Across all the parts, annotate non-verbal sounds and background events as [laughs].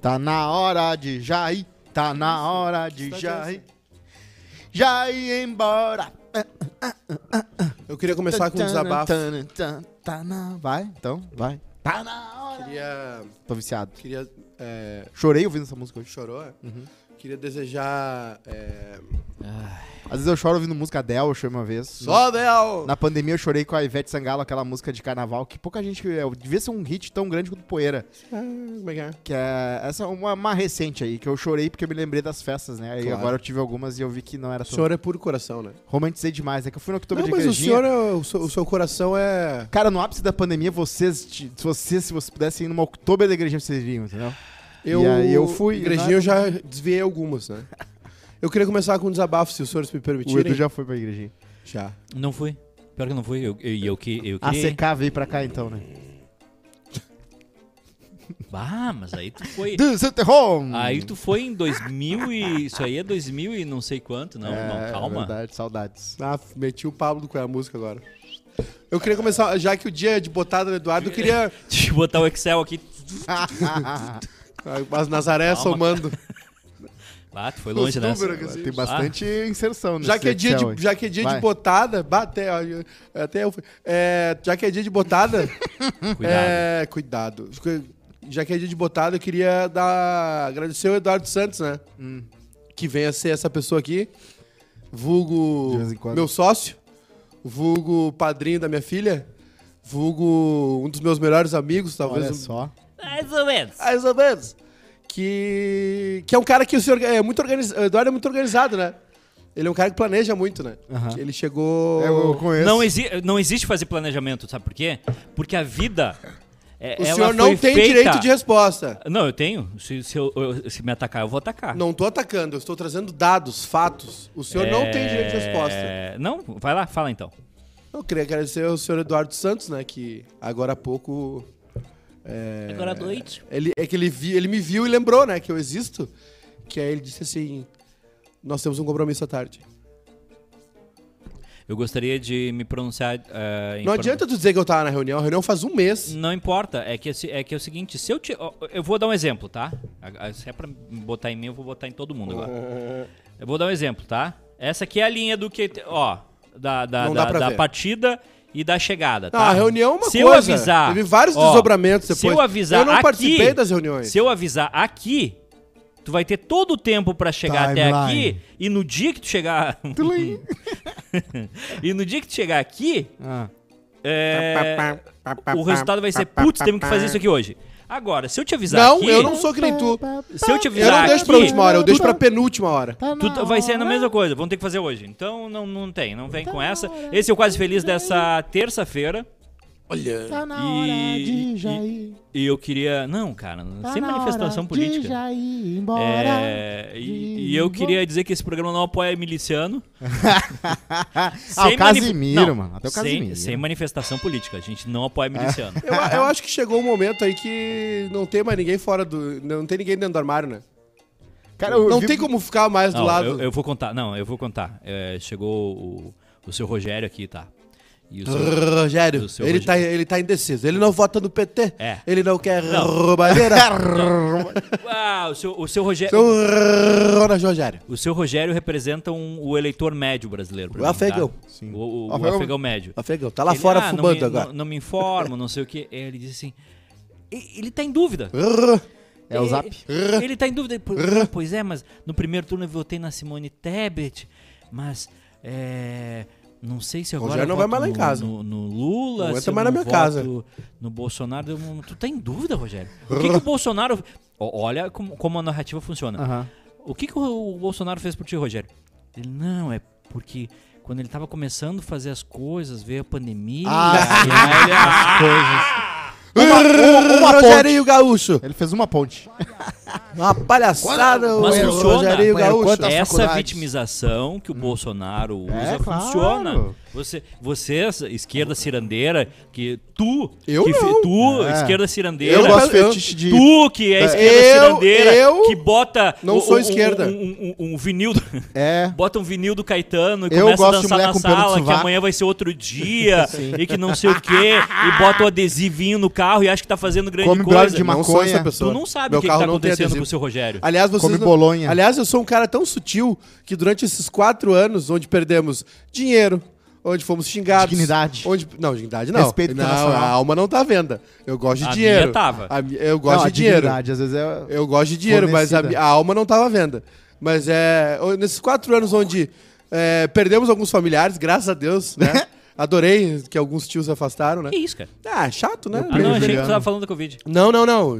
Tá na hora de Jair, tá na hora de Jair. Jair embora. Eu queria começar com um né? desabafo. Tana, tana, tana. Tá Vai, então, vai. Tá na hora. Queria. Tô viciado. queria é, Chorei ouvindo essa música hoje. chorou? é? Queria desejar. É, Às vezes eu choro ouvindo música dela, eu chorei uma vez. Só Del! Na pandemia eu chorei com a Ivete Sangalo, aquela música de carnaval, que pouca gente. é, devia ser um hit tão grande quanto Poeira. Como é que é? Que é. Essa é uma, uma recente aí, que eu chorei porque eu me lembrei das festas, né? Aí Claro. agora eu tive algumas e eu vi que não era O tão. senhor é puro coração, né? Romantizei demais, é que eu fui no outubro Não, de mas o igrejinha. senhor, é- o seu, o seu coração é. Cara, no ápice da pandemia, vocês, te- se vocês, se vocês pudessem ir numa Oktober da igreja, vocês iriam, entendeu? Eu, aí eu fui, Igrejinha, né? eu já desviei algumas, né? Eu queria começar com um desabafo, se os senhores O me Edu permitirem. já foi pra igrejinha. Já. Não fui. Pior que eu não fui. Eu, eu, eu que. Eu Ah, A que... CK veio pra cá então, né? Ah, mas aí tu [laughs] foi. This is the home! Aí tu foi em 2000 e. Isso aí é 2000 e não sei quanto, não, irmão. é, Calma. verdade, [laughs] saudades. Ah, meti o Pablo com a música agora. Eu queria começar, já que o dia é de botada do Eduardo, eu [laughs] queria. [laughs] Deixa eu botar o Excel aqui. As ah, Nazaré somando. Ah, tu foi Os longe nessa. números aqui, assim. Tem bastante inserção nesse Já que, é dia Excel aí. de, já que é dia Vai. de botada, bateu. Até eu fui. É, já que é dia [laughs] de botada, Ah, Cuidado. é, cuidado. Já que é dia de botada, eu queria dar, agradecer o Eduardo Santos, né? Hum. Que venha ser essa pessoa aqui, De vulgo vez em quando. meu sócio, vulgo padrinho da minha filha, vulgo um dos meus melhores amigos, talvez Olha um- só. Mais ou menos. mais ou menos. Que, que é um cara que o senhor é muito organizado. O Eduardo é muito organizado, né? Ele é um cara que planeja muito, né? Aham. Ele chegou. Eu conheço. Não, exi não existe fazer planejamento, sabe por quê? Porque a vida. é- o ela senhor não foi tem feita- direito de resposta. Não, eu tenho. Se, se eu- eu- se me atacar, eu vou atacar. Não tô atacando, eu estou trazendo dados, fatos. O senhor não tem direito de resposta. É, Não, vai lá, fala então. Eu queria agradecer ao senhor Eduardo Santos, né? Que agora há pouco. é, Agora à noite. Ele, é que ele, vi, ele me viu e lembrou, né? Que eu existo. Que aí ele disse assim: Nós temos um compromisso à tarde. Eu gostaria de me pronunciar. eh, em Não pro- adianta tu dizer que eu tava na reunião, a reunião faz um mês. Não importa, é que, esse- é que é o seguinte, se eu te. ó, Eu vou dar um exemplo, tá? A- a- Se é pra botar em mim, eu vou botar em todo mundo agora. [laughs] Eu vou dar um exemplo, tá? Essa aqui é a linha do que. Ó, da, da, Não da, dá pra da ver. partida e da chegada, tá? Ah, a reunião é uma se coisa. Eu avisar, Teve vários ó, desdobramentos Se depois. eu avisar Eu não aqui, participei das reuniões. Se eu avisar aqui, tu vai ter todo o tempo pra chegar até Timeline. aqui e no dia que [laughs] tu chegar. [laughs] e no dia que tu chegar aqui, Ah, é, o resultado vai ser, putz, temos que fazer isso aqui hoje. Agora, se eu te avisar Não, aqui, eu não sou que nem tu. se eu te Eu avisar não deixo pra aqui, última hora, eu deixo pra penúltima hora. tá na tu t- vai ser hora. na mesma coisa, vamos ter que fazer hoje. Então não, não tem, não vem com essa. Então, Esse é o Quase Feliz dessa terça-feira. Olha. Tá na hora E- de e- Jair. E eu queria... Não, cara, Tá sem na manifestação hora De política. Jair, embora. É, e, e eu queria dizer que esse programa não apoia miliciano. ah, o manif- Casimiro, não, mano. Até o sem- Casimiro. Sem, manifestação política, a gente não apoia miliciano. Eu, eu acho que chegou um momento aí que não tem mais ninguém fora do. Não tem ninguém dentro do armário, né? Cara, eu não vi- tem como ficar mais do Não, lado. Eu, eu vou contar. Não, eu vou contar. É, chegou o, o seu Rogério aqui, tá? E o [laughs] seu- Rogério, Do seu ele Rogério. tá, ele tá indeciso. Ele não vota no PT. É. Ele não quer Não. roubalheira. [laughs] Ah, o seu, o seu Rogério. Seu Ronald Rogério. O seu Rogério representa um- o eleitor médio brasileiro. pra O mim, afegão. tá? O, o- o Afegão. afegão. médio. Afegão, tá lá Ele, fora ah, não fumando me- agora. Não, não me informa, não sei o quê. Ele diz assim. e- Ele tá em dúvida. É o E- Zap. Ele tá em dúvida. Pô, ah, Pois é, mas no primeiro turno eu votei na Simone Tebet, mas é, não sei se agora Rogério eu não vai voto mais lá em no- casa. No, no Lula, Não se entra eu mais na não minha casa. voto No Bolsonaro, eu não- tu tá em dúvida, Rogério. O que, que o Bolsonaro... Ó, Olha como, como a narrativa funciona. [laughs] Aham. O que, que o, o Bolsonaro fez por ti, Rogério? Ele, não, é porque quando ele tava começando a fazer as coisas, veio a pandemia... e aí ele, "Ah, Uma, uma, uma Rogério e o Gaúcho. Ele fez uma ponte. Uma palhaçada, Mas o funciona. Apanhou Rogério Gaúcho. quantas- das Essa faculdades. Hum. vitimização que o Bolsonaro usa É, claro. funciona. Você, você, essa esquerda cirandeira, que tu, Eu que, fi- não. tu, É. esquerda cirandeira, Eu gosto eu- fetiche de. tu que é esquerda Eu- cirandeira, eu que bota não o- sou o- esquerda. um, um- um vinil, do- É. [laughs] bota um vinil do Caetano e Eu começa a gosto de dançar mulher na com pelo no sala que sovaco. amanhã vai ser [laughs] outro dia e que não sei o quê e bota o adesivinho no carro e acha que tá fazendo grande Come brother coisa. de Não sou maconha. essa pessoa. Tu não sabe Meu o que, que carro tá não tem acontecendo com adesivo. o seu Rogério. Aliás, vocês Come não- bolonha. Aliás, eu sou um cara tão sutil que durante esses quatro anos, onde perdemos dinheiro, onde fomos xingados. Dignidade. Onde... Não, dignidade não. Respeito não, internacional. a alma não tá à venda. Eu gosto de A dinheiro. minha tava. A mi- Eu gosto Não, a de dinheiro. dignidade, às vezes é. Eu gosto de dinheiro, mas a, Fornecida. mi- a alma não tava à venda. Mas é. o- Nesses quatro anos onde é, perdemos alguns familiares, graças a Deus, [laughs] né? Adorei que alguns tios se afastaram, né? Que isso, cara? Ah, chato, né? Ah, não, achei que Juliano. tu tava falando da Covid. Não, não, não.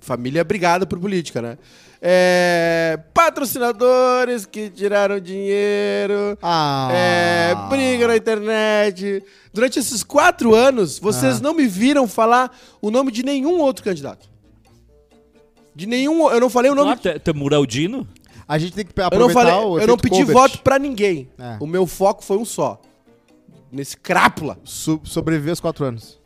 Família brigada por política, né? É, patrocinadores que tiraram dinheiro. Ah. É, briga na internet. Durante esses quatro anos, vocês Ah. não me viram falar o nome de nenhum outro candidato. De nenhum. Eu não falei o nome. Claro, tu é- tu é Muraldino? A gente tem que eu não aproveitar falei. o Eu efeito não pedi Colbert. voto pra ninguém. É. O meu foco foi um só. Nesse crápula. So- sobreviver aos quatro anos.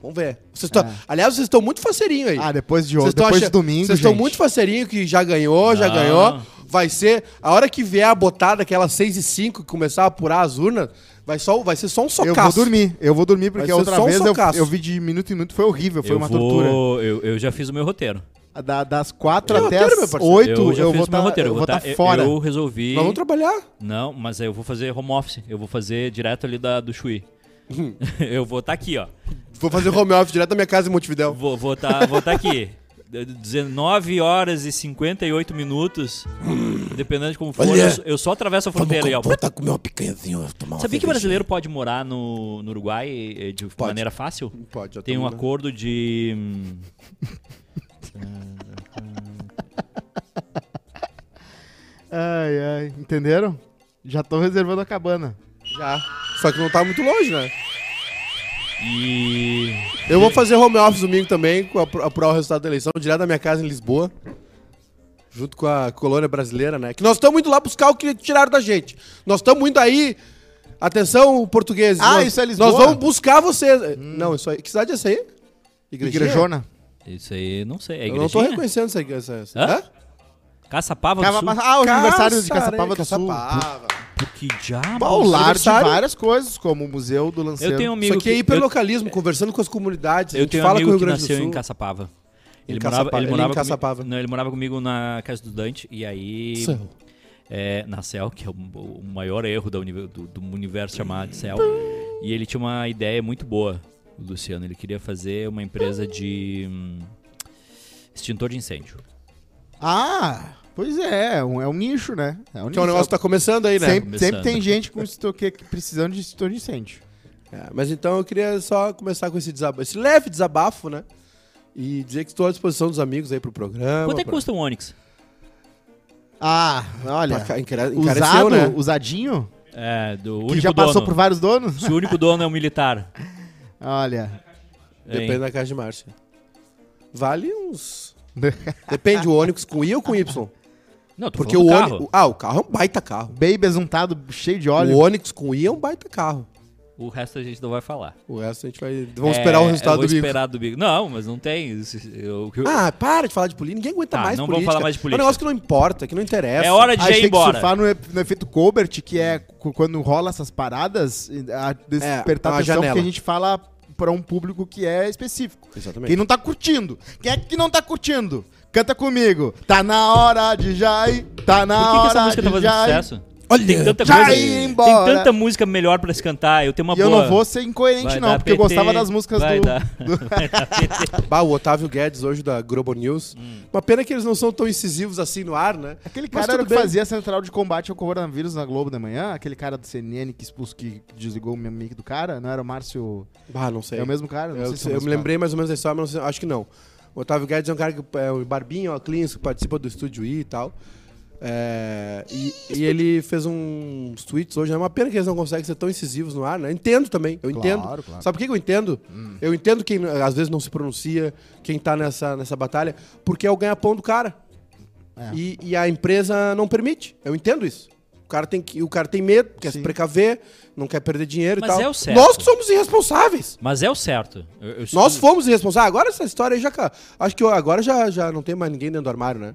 Vamos ver. Vocês tão- Aliás, vocês estão muito faceirinho aí. É. Ah, depois de Vocês hoje. estão Depois acha- de domingo, Vocês estão gente. muito faceirinho que já ganhou, já Não. ganhou. Vai ser. A hora que vier a botada, aquelas 6 e 5 que começar a apurar as urnas, vai, só, vai ser só um Eu socaço. vou dormir. Eu vou dormir porque ser a outra só um vez eu, socaço. eu vi de minuto em minuto. Foi horrível. Foi eu uma vou- tortura. Eu, eu já fiz o meu roteiro. Da- das quatro Que até É roteiro, as meu parceiro? oito, eu já eu fiz vou o meu estar roteiro. eu vou tá- tá fora. Eu resolvi. Nós vamos trabalhar. Não, mas aí eu vou fazer home office. Eu vou fazer direto ali da, do Chui. Hum. [laughs] eu vou estar aqui, ó. Vou fazer home office direto da minha casa em Montevidéu. Vou estar vou tá, vou tá aqui. 19 horas e 58 minutos. dependendo de como for, Olha. eu, só- eu só atravesso a fronteira ali, ó. Vou tá comer uma picanhazinha, vou tomar uma um. Sabia que cervejinha. brasileiro pode morar no, no Uruguai eh, de maneira fácil? Pode, já Tem um tamo, né? acordo de. hum, Ai, ai. Entenderam? Já tô reservando a cabana. Já. Só que não tá muito longe, né? E. Eu vou fazer home office domingo também, com apro- apurar o resultado da eleição, direto da minha casa em Lisboa. Junto com a colônia brasileira, né? Que nós estamos indo lá buscar o que tiraram da gente. Nós estamos indo aí. Atenção, portugueses. Ah, nós, isso é Lisboa? Hum. Nós vamos buscar vocês. Não, isso aí. Que cidade é essa aí? Igrejinha? Igrejona. Isso aí, não sei. É Eu não tô igrejinha? reconhecendo essa. essa, essa. Hã? Hã? Caçapava do Sul? Cava- Ah, o aniversário de Caçapava do Sul. Caçapava. Por que diabo? Ao lar de Aniversário. várias coisas, como o Museu do Lanceiro. Eu tenho um Isso amigo aqui é que, eu, hiperlocalismo, conversando com as comunidades. a eu gente tenho um fala com o amigo Rio que Grande do nasceu Sul. em Caçapava. Ele, Em morava, Caçapa- ele ele em morava Caçapava. Comigo, não, ele morava comigo na casa do Dante e aí Céu. é, na Cel, que é o, o maior erro da univer- do, do universo chamado Cel. E ele tinha uma ideia muito boa, o Luciano, ele queria fazer uma empresa de hum, extintor de incêndio. Ah, pois é. é um- É um nicho, né? É um Que é um negócio que tá começando aí, né? Sempre, sempre Começando. tem gente com esto- que- que precisando de extintor de incêndio. É, mas então eu queria só começar com esse desabafo, esse leve desabafo, né? E dizer que estou à disposição dos amigos aí pro programa. Quanto é que pra- custa um Onix? Ah, olha. pra ca- encare- encareceu, Usado, né? usadinho, É, do que único já passou dono. por vários donos. Se o único dono é um militar. Olha, hein? Depende da casa de Márcia. Vale [laughs] uns. Depende o Onix com I ou com Y? Não, tô Porque o falando do carro. Onix. Ah, o carro é um baita carro. baby exuntado, cheio de O óleo. Onix com I é um baita carro. O resto a gente não vai falar. O resto a gente vai. Vamos É, esperar o eu resultado vou do bico. esperar do bico. Não, mas não tem. isso- eu- eu- Ah, para de falar de política. Ninguém aguenta Tá, mais não vamos política. falar mais É de um política. negócio que não importa, que não interessa. é hora de Aí já ir tem que embora. surfar no, ef- no efeito Colbert, que é cu- quando rola essas paradas, e a despertar É, uma atenção, janela. porque a gente fala pra um público que é específico. Exatamente. Quem não tá curtindo? Quem é que não tá curtindo? Canta comigo. Tá na hora de já ir, tá na Por que, que hora essa música tá de fazendo já ir. sucesso? Olha, Tem tanta, já coisa, ir tem embora. tanta música melhor pra se cantar. Eu tenho uma E eu boa. não vou ser incoerente, Vai não, dar porque eu PT, gostava das músicas vai do. dar. Bah, o Otávio Guedes hoje da Globo News. Uma pena que eles não são tão incisivos assim no ar, né? Aquele Mas cara era tudo o que bem. fazia a central de combate ao coronavírus na Globo da manhã, aquele cara do CNN que expulso, que desligou o meu mic do cara, não era o Márcio. Bah, não sei. É o mesmo cara? Não Eu, sei se é o eu me mesmo lembrei mais ou menos da história, mas não sei- acho que não. O Otávio Guedes é um cara que é um barbinho, ó, clínico, que participa do Estúdio I e tal. É, e, e ele fez uns tweets hoje. É uma pena que eles não conseguem ser tão incisivos no ar, né? Entendo também, eu entendo. Claro, claro. Hum. Sabe por que que eu entendo? Eu entendo quem às vezes não se pronuncia, quem tá nessa, nessa batalha, porque é o ganha-pão do cara. É. E, e a empresa não permite. Eu entendo isso. O cara tem, que, o cara tem medo, quer se precaver, não quer perder dinheiro Mas e tal. é o certo. Nós que somos irresponsáveis. [laughs] Mas é o certo. Eu- eu- um- Nós fomos irresponsáveis. Ah, Agora essa história aí já. ca- Acho que eu- agora já, já não tem mais ninguém dentro do armário, né?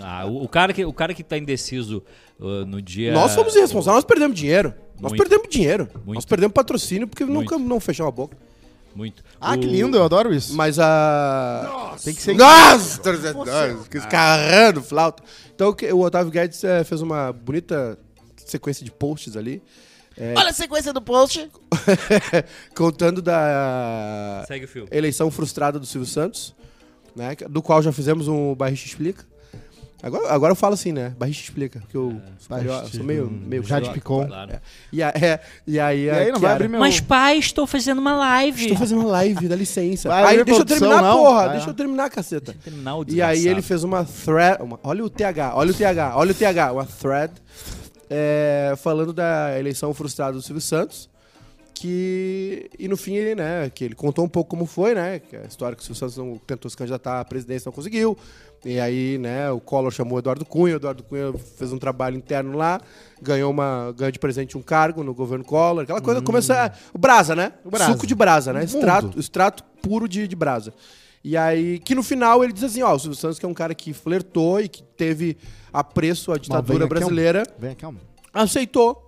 Ah, o, o cara que, o cara que tá indeciso ah, no dia. Nós fomos irresponsáveis, nós perdemos dinheiro. Nós Muito. perdemos dinheiro. Nós Muito. perdemos patrocínio porque nunca não fechamos a boca. Muito. Ah, O- que lindo, eu adoro isso. Mas a. Tem que ser. Nossa, torcedores, que escarrando flauta. Então que- o Otávio Guedes eh, fez uma bonita sequência de posts ali, [laughs] Olha a sequência do post. contando da Segue o É, filme. eleição frustrada do Silvio Santos, né? Do qual já fizemos um Barricha Explica. Agora, agora eu falo assim, né? Barricha Explica, porque eu, sou carioca, sou meio, meio Já É, te carioca. picou. Claro. E, a- é, e aí, E a aí, não vai Kiara- abrir meu. Mas, pai, estou fazendo uma live. Estou fazendo uma live, dá licença. Vai aí abrir deixa eu produção, terminar, não? porra. Vai deixa lá. eu terminar, caceta. Terminar o E aí desgraçado. ele fez uma thread. uma- olha o TH, olha o TH, olha o TH, uma thread é, falando da eleição frustrada do Silvio Santos. Que. E no fim ele, né? Que ele contou um pouco como foi, né? Que a história que o Silvio Santos não tentou se candidatar à presidência, não conseguiu. E aí, né, o Collor chamou o Eduardo Cunha, o Eduardo Cunha fez um trabalho interno lá, ganhou, uma, ganhou de presente um cargo no governo Collor, aquela coisa, começa. O Brasa, né? O Brasa. Suco de brasa, né? Extrato, extrato puro de, de brasa. E aí, que no final ele diz assim, ó, o Silvio Santos que é um cara que flertou e que teve apreço à ditadura vem aqui, brasileira, Vem aqui, amor. aceitou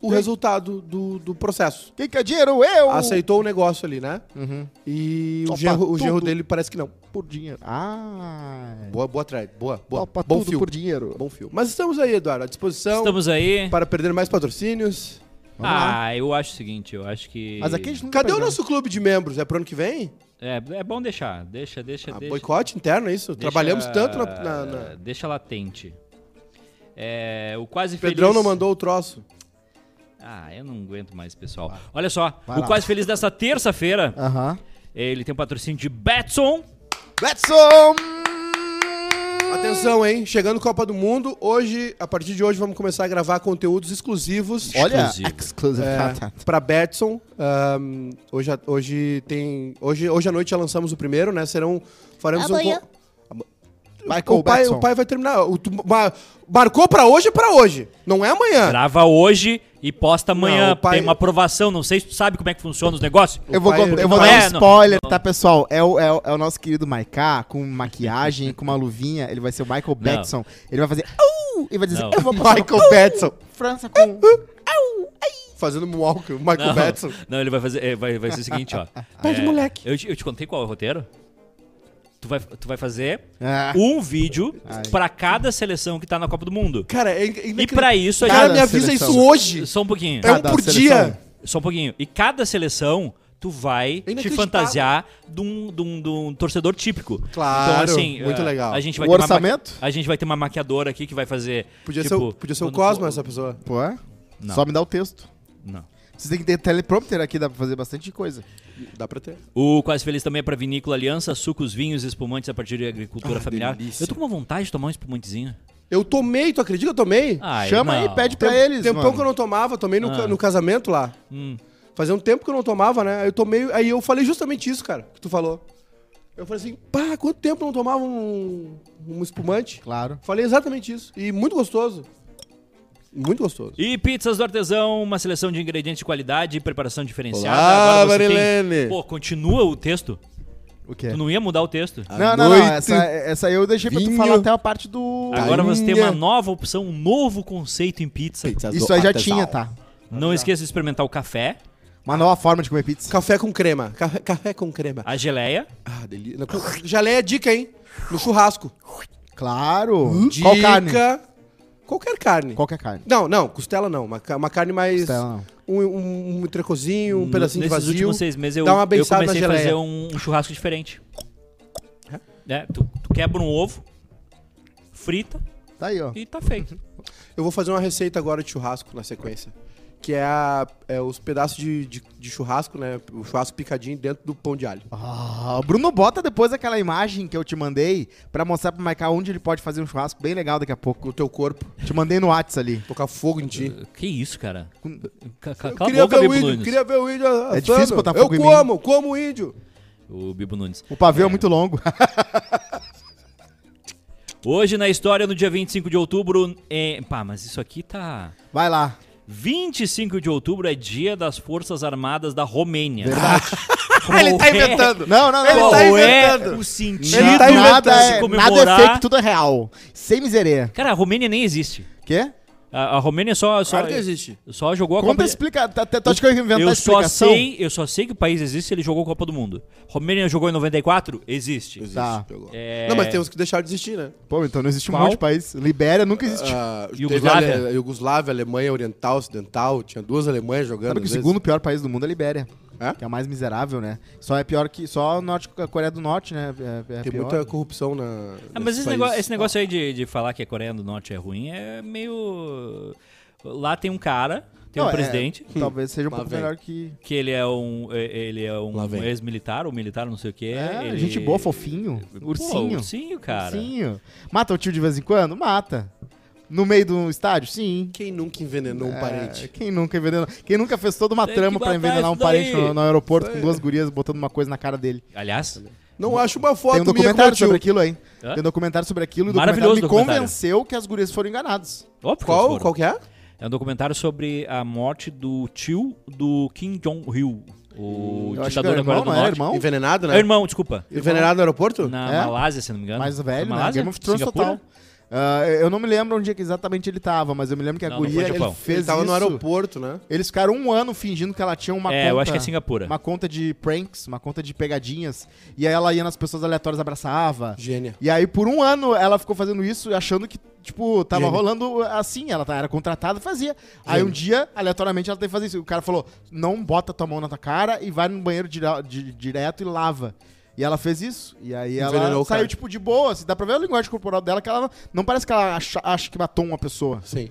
o Vem. resultado do, do processo. Quem quer dinheiro? Eu! Aceitou o negócio ali, né? Uhum. E Topa o genro, o genro tudo. dele parece que não. Por dinheiro. Ah. Boa, boa thread, boa, boa. Topa bom tudo fio, por dinheiro. bom fio. Mas estamos aí, Eduardo, à um disposição Estamos aí. para perder mais patrocínios. Vamos lá. Ah, eu acho o seguinte, eu acho que. Mas aqui a gente nunca Cadê o perdeu. nosso clube de membros? É pro ano que vem? É, é bom deixar. Deixa, deixa, Ah, deixa. boicote interno, é isso? Deixa- Trabalhamos tanto na- na- na... Deixa latente. É, o quase feliz. Pedrão não mandou o troço. Ah, eu não aguento mais, pessoal. Olha só, Vai o lá. quase feliz dessa terça-feira. Ah. Aham. Ele tem um patrocínio de Betson. Betson! Atenção, hein? Chegando Copa do Mundo, hoje, a partir de hoje, vamos começar a gravar conteúdos exclusivos Olha, tá, Exclusivo. exclusive content. para Betson. Ahm, hoje, a- hoje tem, hoje, hoje à noite já lançamos o primeiro, né? Serão faremos Amanhã. um co- [laughs] Michael É o pai, Betson. o pai vai terminar. O, tu- ma- marcou pra hoje é pra hoje, não é amanhã. Grava hoje e posta amanhã. o pai- Tem uma aprovação, não sei se tu sabe como é que funciona os negócios. Eu vou, pai- con- o eu vou pai- dar um É, não- spoiler, tá, pessoal? É o, é, o, é o nosso querido Maiká, com maquiagem, e com uma luvinha. Ele vai ser o Michael Betson. Ele vai fazer... "Au!" E vai dizer... Não. Eu vou passar "Uh!" Michael Betson França com... fazendo walk, Michael Não, Betson. [laughs] não, ele vai fazer. é, vai, vai ser o [laughs] seguinte, ó. É, Pede, moleque. Eu te, eu te contei qual é o roteiro? Tu vai, tu vai fazer Ah. um vídeo Ai. pra cada seleção que tá na Copa do Mundo. Cara, é, é E pra né? isso a tá- cara, Cada me avisa seleção. isso hoje. Só um pouquinho. É um Cada por seleção. dia. Só um pouquinho. E cada seleção, tu vai te Inacreditável. fantasiar de um, de um- de um torcedor típico. Claro, Então, assim, muito eh, legal. A gente vai O ter uma orçamento? maqui- a gente vai ter uma maquiadora aqui que vai fazer. Podia, tipo, ser, o- podia ser o quando Cosmo for- essa pessoa. Pô, é? Não. Só me dá o texto. Não. Vocês têm que ter teleprompter aqui, dá pra fazer bastante coisa. Dá pra ter. O Quase Feliz também é pra Vinícola Aliança, sucos, vinhos, espumantes a partir de agricultura Ah, familiar. delícia. Eu tô com uma vontade de tomar um espumantezinho. Eu tomei, tu acredita que eu tomei? um Ah, Chama irmão. aí, pede pra eles, Tempão mano. que eu não tomava, tomei no, ca- Ah. no casamento lá. Hum. Fazia um tempo que eu não tomava, né? Aí eu tomei, aí eu falei justamente isso, cara, que tu falou. Eu falei assim, pá, quanto tempo eu não tomava um, um espumante? Claro. Falei exatamente isso. E muito gostoso. Muito gostoso. E pizzas do artesão, uma seleção de ingredientes de qualidade e preparação diferenciada. Olá, Agora você tem- Marilene. É. Pô, continua o texto. O quê? Tu não ia mudar o texto. Ah, Não, não, não. noite, Essa, essa aí eu deixei pra tu vinho. falar até a parte do. Agora você tem Tainha. uma nova opção, um novo conceito em pizza. Isso aí já tinha, tá? Não esqueça de experimentar o café, Uma nova forma de comer pizza. Café com crema. Café, café com crema. a geleia. Ah, delícia. Já lê a dica, hein? No churrasco. Claro. Dica. Qual carne? Qualquer carne. Qualquer carne. Não, não, costela não. Uma, ca- uma carne mais. Costela não. Um, um, um trecozinho, um pedacinho de Nesses vazio. últimos seis meses eu, dá uma eu beiçada na comecei a geleia. fazer um, um churrasco diferente. É, tu, tu quebra um ovo, frita Tá aí, ó. e tá feito. Eu vou fazer uma receita agora de churrasco na sequência. que é, a- é os pedaços de, de- de churrasco, né? O churrasco picadinho dentro do pão de alho. Ah, Bruno, bota depois aquela imagem que eu te mandei pra mostrar pro Maiká onde ele pode fazer um churrasco bem legal daqui a pouco. Com o teu corpo, Te mandei no Whats ali. tocar fogo em ti. Que isso, cara? Ca- ca- Eu Cala a queria ver boca, o Bibo índio, Nunes. queria ver o índio assando. É difícil botar fogo em Eu mim. como, como o índio. O Bibo Nunes. O pavê é, muito longo. [laughs] Hoje na história, no dia 25 de outubro. É... Pá, mas isso aqui tá. Vai lá. 25 de outubro é dia das Forças Armadas da Romênia. [laughs] Qual Ele tá é- inventando. Não, não, não. Ele Qual tá é inventando. o sentido Ele tá de nada, se é, comemorar? nada é fake, tudo é real. Sem miserê. Cara, a Romênia nem existe. Quê? A, a Romênia só, só, Claro que existe. só jogou a Conta Copa... explica. tá- tá- Tu acha que eu ia inventar a Eu só, explicação? sei, eu só sei que o país existe se ele jogou a Copa do Mundo. Romênia jogou em 94? Existe. Tá. Jogou. É. Não, mas temos que deixar de existir, né? Pô, então não existe um Qual? monte de país. Libéria nunca existiu. Ah, teve Iugoslávia. Ale- Iugoslávia, Alemanha Oriental, Ocidental. Tinha duas Alemanhas jogando. Sabe que o às vezes. segundo pior país do mundo é a Libéria. É? Que é o mais miserável, né? Só é pior que. Só o norte, a Coreia do Norte, né? É- é Tem pior. muita corrupção na. Ah, mas nesse esse país. negócio, esse negócio aí de, de falar que a Coreia do Norte é ruim é meio. Lá tem um cara, tem Não, um é, presidente, [laughs] Talvez seja um Lá pouco vem. melhor que. que ele é um. é- Ele é Lá um vem. ex-militar, ou militar, não sei o quê. É, ele- gente boa, fofinho. Pô, Ursinho. ursinho, cara. Ursinho. Mata o tio de vez em quando? Mata. No meio do estádio? Sim. Quem nunca envenenou um É, parente? quem nunca envenenou? Quem nunca fez toda uma Tem que trama pra matar envenenar um isso daí. parente no, no aeroporto com duas gurias botando uma coisa na cara dele? Aliás, Não acho uma Tem um foto minha com o documentário sobre tio. aquilo aí. Hã? Tem um documentário sobre aquilo e o documentário Maravilhoso me documentário. convenceu que as gurias foram enganadas. óbvio que eles Qual? foram. Qual que é? É um documentário sobre a morte do tio do Kim Jong-il, o Eu acho que ditador era da Coreia irmão, do não era Norte. irmão? Envenenado, É né? irmão, desculpa. Envenenado no aeroporto? Na É? Malásia, se não me engano. Mais Ah, Foi velho, né? Malásia? Game of Thrones Singapura? total. Ah, eu não me lembro onde é que exatamente ele tava, mas eu me lembro que a Não, não guria foi ele Japão. fez ele tava isso. no aeroporto, né? Eles ficaram um ano fingindo que ela tinha uma é, conta. eu acho que é Singapura. Uma conta de pranks, uma conta de pegadinhas. E aí ela ia nas pessoas aleatórias, abraçava. Gênia. E aí, por um ano, ela ficou fazendo isso, achando que, tipo, tava Gênio. rolando assim. Ela tá- era contratada e fazia. Aí, um dia, aleatoriamente, ela teve que fazer isso. O cara falou, não bota tua mão na tua cara e vai no banheiro dire- di- direto e lava. E ela fez isso. E aí ela Envenenou o saiu, cara. tipo, de boa. Assim, dá pra ver a linguagem corporal dela, que ela não, não parece que ela acha, acha que matou uma pessoa. Sim.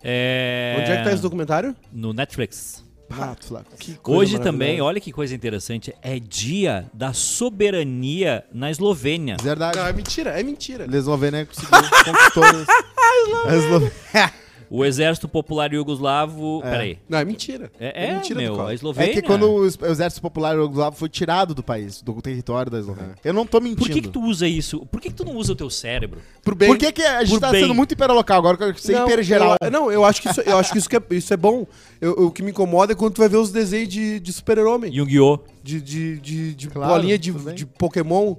É... Onde é que tá esse documentário? No Netflix. Pato, Flaco. Que coisa Hoje maravilhosa. também, olha que coisa interessante, é dia da soberania na Eslovênia. Verdade. Não, é mentira, é mentira. A Eslovênia né? conseguiu, conquistou. [laughs] A Eslovênia. O Exército Popular Iugoslavo... Peraí. Não, é mentira. É, é, mentira do meu, Collor. a É Eslovênia... que quando o es- o exército popular Yugoslavo foi tirado do país, do território da Eslovênia. Eu não tô mentindo. É. Por que que tu usa isso? Por que que tu não usa o teu cérebro? Por bem- Por que que a gente Por tá bem. sendo muito hiperlocal agora, que eu sei hipergeral? Eu, não, eu acho que isso, eu acho que isso, que é, isso é bom. Eu- eu- o que me incomoda é quando tu vai ver os desenhos de, de super-homem. Yu-Gi-Oh! De, de, de, de Claro, bolinha de, tudo bem. de Pokémon.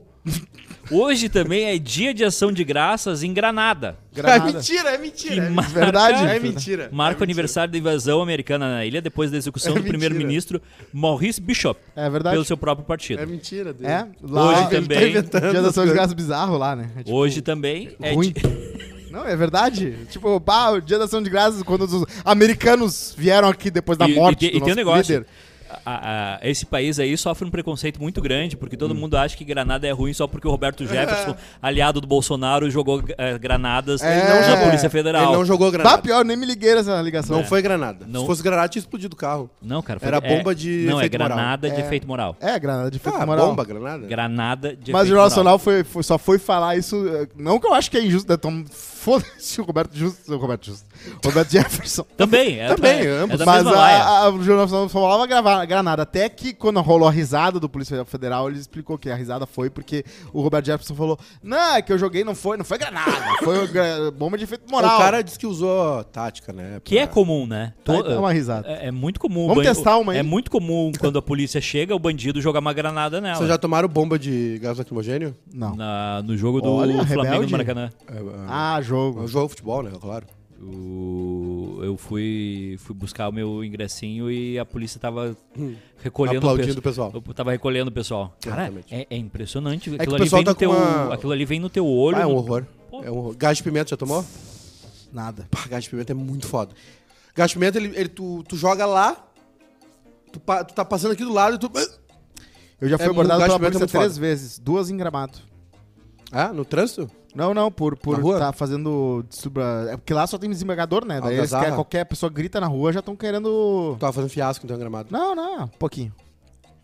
Hoje também é dia de ação de graças em Granada. [laughs] Granada. [laughs] É mentira, é mentira. é marca- Verdade. mentira, É mentira. Marca o aniversário da invasão americana na ilha depois da execução do mentira. primeiro-ministro Maurice Bishop É pelo verdade. seu próprio partido. É mentira. Deus. Ah, tá É, lá Hoje também. Dia da São Desgraça bizarro lá, né? É tipo, Hoje também é ruim. di- Não, é verdade. Tipo, pá, o Dia da Ação de Graças, quando os americanos vieram aqui depois da E- e morte tem- do e tem um nosso negócio. líder. a- a- esse país aí sofre um preconceito muito grande, porque Hum. todo mundo acha que Granada é ruim só porque [laughs] o Roberto Jefferson, aliado do Bolsonaro, jogou eh, granadas É, na jogou. Polícia Ele Federal. não Não, jogou Bah, granada. pior, nem me liguei nessa ligação. É. Não foi granada. É. Não. Se fosse granada, tinha explodido o carro. cara, foi, Era é- bomba de Não, é efeito moral. granada de efeito moral. É, granada de efeito Ah, moral. bomba, granada. Granada de Mas o Jornal efeito moral. Nacional foi, foi- só foi falar isso. eh, Não que eu acho que é injusto, né? Tom, foda-se o Roberto Justo. O Roberto Justo. O Roberto Jefferson. [laughs] Também, é, Também, é, é ambos. da Mas mesma laia. a, a, o Jornal Nacional só falava gravar, granada. Até que quando rolou a risada do Polícia Federal, ele explicou que a risada foi porque o Roberto Jefferson falou: Não, é que eu joguei, não foi, não foi granada. [laughs] Foi gra- bomba de efeito moral. O cara disse que usou tática, né? Que é pra- comum, né? Tá, To- dá uma risada. É, é muito comum. o Vamos bandido- testar uma aí. É muito comum quando a polícia chega, o bandido jogar uma granada nela. Vocês já tomaram bomba de gás lacrimogêneo? Não. Na- no jogo do Olha, Flamengo rebelde. no Maracanã. É, é, Ah, jogo. Eu jogo futebol, né? Claro. O- eu fui, fui buscar o meu ingressinho e a polícia tava recolhendo Aplaudindo pesso- o pessoal. Eu tava recolhendo o pessoal. Cara, Exatamente. é, é impressionante. que Aquilo, o ali pessoal vem tá no teu, com uma- aquilo ali vem no teu olho. Ah, é um no- horror. É um horror. Gás de pimenta, já tomou? Nada. Pá, gás de pimenta é muito foda. Gás de pimenta, ele, ele- tu, tu joga lá, tu, pa- tu tá passando aqui do lado e tu. Eu já fui É, abordado o pela Gaspar é polícia muito três foda. vezes, duas em gramado. Ah, no trânsito? Não, não, por Na por rua? tá fazendo distribu- É porque lá só tem desembargador, né? Daí eles Algazarra. querem- qualquer pessoa grita na rua já estão querendo. Tava fazendo fiasco então, em gramado. Não, não, um pouquinho.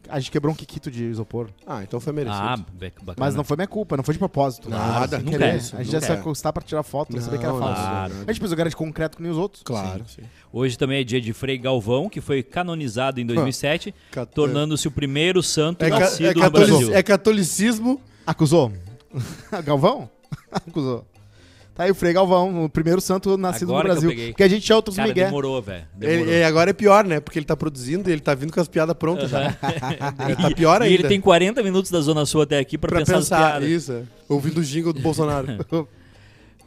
A gente quebrou um quiquito de isopor. Ah, então foi merecido. Ah, bec- bacana. Mas não foi minha culpa, não foi de propósito. Nada, sem nunca querer. é isso, A gente nunca já se é. acostar pra tirar foto, não, Não, sabia que era não, falso. claro. A gente pensou que era de concreto que nem os outros. Claro. É sim. Hoje também é dia de Frei Galvão, que foi canonizado Ah. em 2007, Cat- tornando-se o primeiro santo É, ca- nascido é no catoli- Brasil. é catolicismo. Acusou? [laughs] Galvão? [laughs] Acusou. Tá aí o Frei Galvão, o primeiro santo nascido Agora que no eu Brasil. peguei. Porque a gente tinha outros Cara, migué. demorou, velho. Ele, Demorou. ele agora é pior, né? Porque ele tá produzindo e ele tá vindo com as piadas prontas já. Ele tá pior e ainda. ele tem 40 minutos da Zona Sul até aqui pra, pra pensar, as pensar, piadas. isso. é. Ouvindo o jingle do Bolsonaro.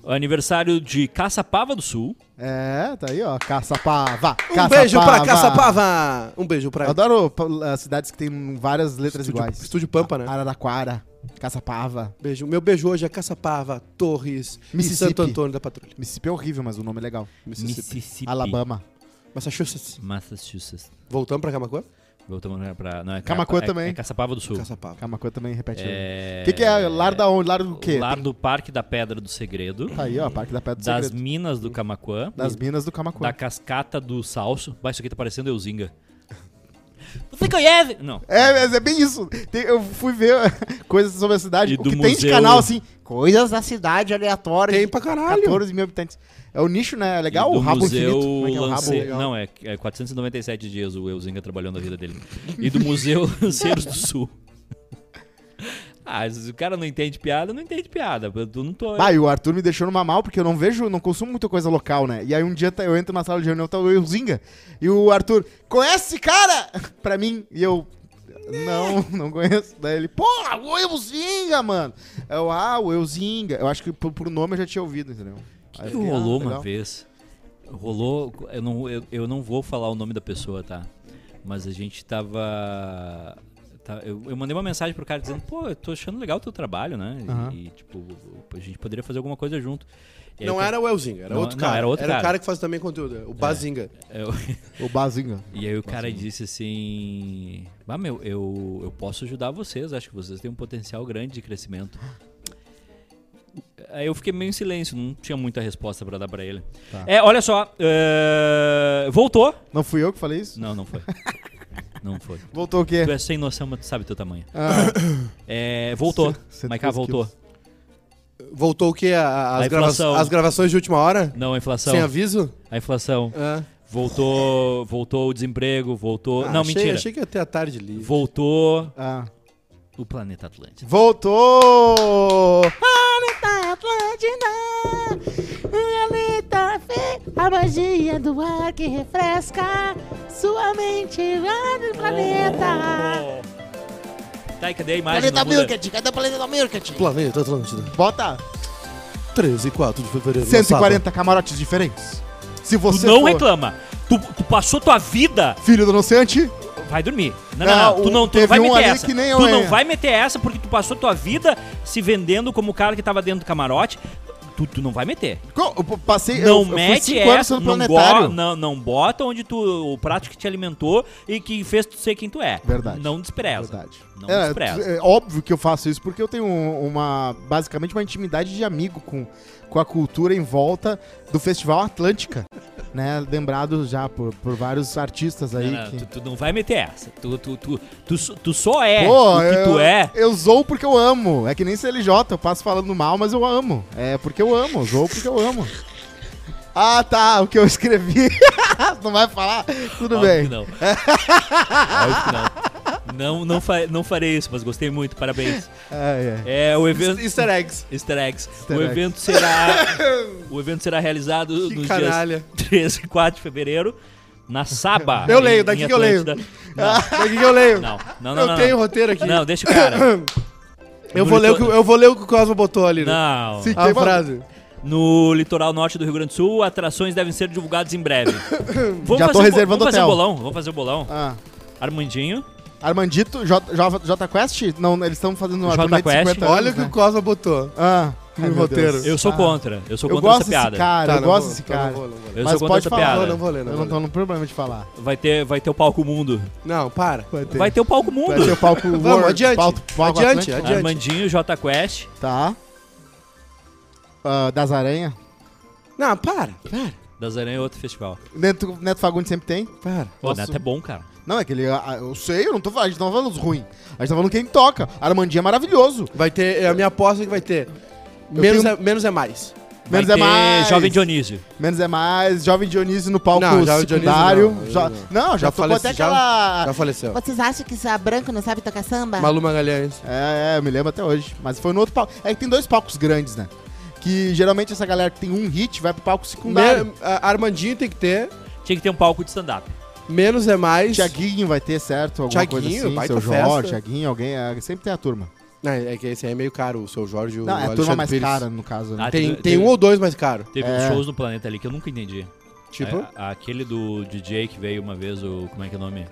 Aniversário de Caçapava do Sul. É, tá aí, ó. Caçapava. [laughs] Um Caçapava. beijo pra Caçapava! Um beijo pra... Eu Adoro pa- as cidades que tem várias letras Estúdio, iguais. Estúdio Pampa, né? Araraquara, Caçapava. Beijo. Meu beijo hoje é Caçapava, Torres e Mississippi. Santo Antônio da Patrulha. Mississippi é horrível, mas o nome é legal. Mississippi. Alabama. Massachusetts. Massachusetts. Voltamos pra Camacuã? Voltamos pra. Não, é Camaquã Capa- é- também. É Caçapava do Sul. Caçapava. Camacuã é também repete. O É... que, que é? Lar da onde? Lar do quê? Lar do Parque da Pedra do Segredo. Tá aí, ó. Parque da Pedra do das Segredo. Minas do Camaquã. Das Minas do Camacuã. da Cascata do Salso. Bah, isso aqui tá parecendo Euzinga. Você conhece? Não. É, mas é bem isso. Tem- eu fui ver [laughs] coisas sobre a cidade. E o do que tem de museu- canal, assim, coisas da cidade aleatórias. Tem de pra caralho. 14 mil habitantes. É o nicho, né? É Legal E o do rabo museu infinito. Como é que é o rabo? Lance- Legal. Não, é, é 497 dias o Euzinga trabalhando a vida dele. E do Museu [laughs] Lanceiros do Sul. Ah, se o cara não entende piada, não entende piada. Tu não tô. Bah, e o Arthur me deixou numa mal, porque eu não vejo, não consumo muita coisa local, né? E aí um dia tá- eu entro na sala de reunião, tá o Euzinga. E o Arthur, conhece esse cara? [laughs] pra mim. E eu, não, [laughs] não conheço. Daí ele, porra, o Euzinga, mano. Eu, ah, o Euzinga. Eu acho que por, por nome eu já tinha ouvido, entendeu? que rolou uma vez. Rolou. Eu não, eu, eu não vou falar o nome da pessoa, tá? Mas a gente tava. tá- eu, eu mandei uma mensagem pro cara dizendo, pô, eu tô achando legal o teu trabalho, né? E- Aham. E, tipo, a gente poderia fazer alguma coisa junto. E aí Não o era o Elzinho, era Não, outro não, cara. era outro o cara. É. cara que faz também conteúdo, o Bazinga. cara- eu- O Bazinga. E aí o cara disse assim: Bah, meu, eu, eu posso ajudar vocês, acho que vocês têm um potencial grande de crescimento. Aí eu fiquei meio em silêncio, não tinha muita resposta pra dar pra ele. É, olha só, eh, voltou. Não fui eu que falei isso? Não, não foi. Não foi. Voltou o Tu quê? é sem noção, mas tu sabe teu tamanho. Ah, [coughs] É, voltou. Cento- Maiká 102 voltou. Voltou o quê? A- a- As, A grava- inflação. as gravações de última hora? Não, a inflação. Sem aviso? A inflação. Ah, Voltou, voltou o desemprego, voltou. Ah, não, achei, mentira. Achei que ia ter a tarde livre. Voltou ah. o planeta Atlântico. Voltou! Planeta tá Atlântida, planeta fe, a magia do ar que refresca sua mente lá no planeta. Tá, e cadê a imagem? Planeta Não muda. Mirket, cadê o planeta Mirket? Planeta Atlântida, Bota 13 e 4 de fevereiro. 140 camarotes diferentes. Se Tu você não é for reclama. Tu, tu passou tua vida. filho do anunciante, Vai dormir. Não, Não, não, não. Tu o- não, tu teve não vai um meter ali essa. que nem eu, tu não hein? vai meter essa porque tu passou tua vida se vendendo como o cara que tava dentro do camarote. Tu, tu não vai meter. Co- Eu p- passei. não eu, eu fui mete cinco anos essa. no Não, planetário. bo- não, não bota onde tu. O prato que te alimentou e que fez tu ser quem tu é. Verdade. Não despreza. Verdade. Não É, despreza. é óbvio que eu faço isso porque eu tenho um- uma basicamente uma intimidade de amigo com, com a cultura em volta do Festival Atlântica, [laughs] né? Lembrado já por, por vários artistas aí Não, não, que tu, tu não vai meter essa. Tu, tu, tu, tu, so- tu só é Pô, o que eu, tu é. Eu zoo porque eu amo. É que nem CLJ, eu passo falando mal, mas eu amo. É porque eu amo, zoo porque eu amo. Ah, tá, o que eu escrevi. [laughs] não vai falar? Tudo Óbvio bem. que não. [laughs] Óbvio que não. Não, não, fa- não farei isso, mas gostei muito, parabéns. Ai, ai. É, o evento. Easter eggs. Easter eggs. Easter o eggs. evento [laughs] será. o evento será realizado Que nos canalha. dias 13 e 4 de fevereiro, na Saba. Eu leio, daqui que eu leio. Atlântida. Não, Daqui que eu leio. não, não, não. eu não, tenho o não. roteiro aqui. Não, deixa o cara. [coughs] Eu, vou ler o que, eu vou ler o que o Cosmo botou ali, né? Não. Sim. A frase. No litoral norte do Rio Grande do Sul, atrações devem ser divulgadas em [coughs] breve. Vamos Já tô fazer o bo- reservando Vamos fazer o hotel. bolão, vamos fazer o bolão. Ah. Armandinho, Armandito, J, J, J Quest? Não, eles estão fazendo uma J turnê de Quest. 50 anos, Olha o que tá. né? o Cosmo botou. Ah, no ai, meu roteiro. Deus. eu sou Ah. contra. Eu sou Eu contra gosto essa piada. desse cara, Tá, eu não gosto vou- desse então não cara. vou, não vou ler. Eu Mas sou contra pode essa falar. piada. Eu não vou ler, não eu vou não tô ler. no problema de falar. Vai ter, vai ter o palco mundo. Não, para. Vai ter, Vai ter o palco mundo. Vai ter o palco Vamos, World, adiante. [laughs] palco- palco Adiante, Atlântico. adiante. Armandinho, J Quest. Tá. ah, das Aranha. Não, para, para, Das Aranha é outro festival. Neto, Neto Fagundes sempre tem. para. Pô, Nossa. Neto é bom, cara. Não, é que ele. ah, Eu sei, eu não tô falando. A gente não tá falando os ruins. A gente tá falando quem toca. Armandinho é maravilhoso. Vai ter, a minha aposta é que vai ter. Menos, tenho- é, menos é mais. Vai Menos é ter mais. Jovem Dionísio. Menos é mais. Jovem Dionísio no palco Não, Jovem Dionísio secundário. não. Jo- Eu- não, já, já tocou faleci- até já- aquela. Já faleceu. Vocês acham que a branco não sabe tocar samba? Malu Magalhães. É, é, eu me lembro até hoje. Mas foi no outro palco. É que tem dois palcos grandes, né? Que geralmente essa galera que tem um hit vai pro palco secundário. Me- a- Armandinho tem que ter. Tinha que ter um palco de stand-up. Menos é mais. Tiaguinho vai ter, certo? Alguma Thiaguinho, coisa assim. Seu baita Jorge, festa. Tiaguinho, alguém. é, sempre tem a turma. Não, é que esse aí é meio caro, o seu Jorge. o Não, é a turma Alexandre mais Pires. cara, no caso. Né? Ah, Tem, Teve- tem um teve- ou dois mais caro. Teve É. uns shows no planeta ali que eu nunca entendi. É, Tipo, A- a- aquele do DJ que veio uma vez, o. Como é que é o nome?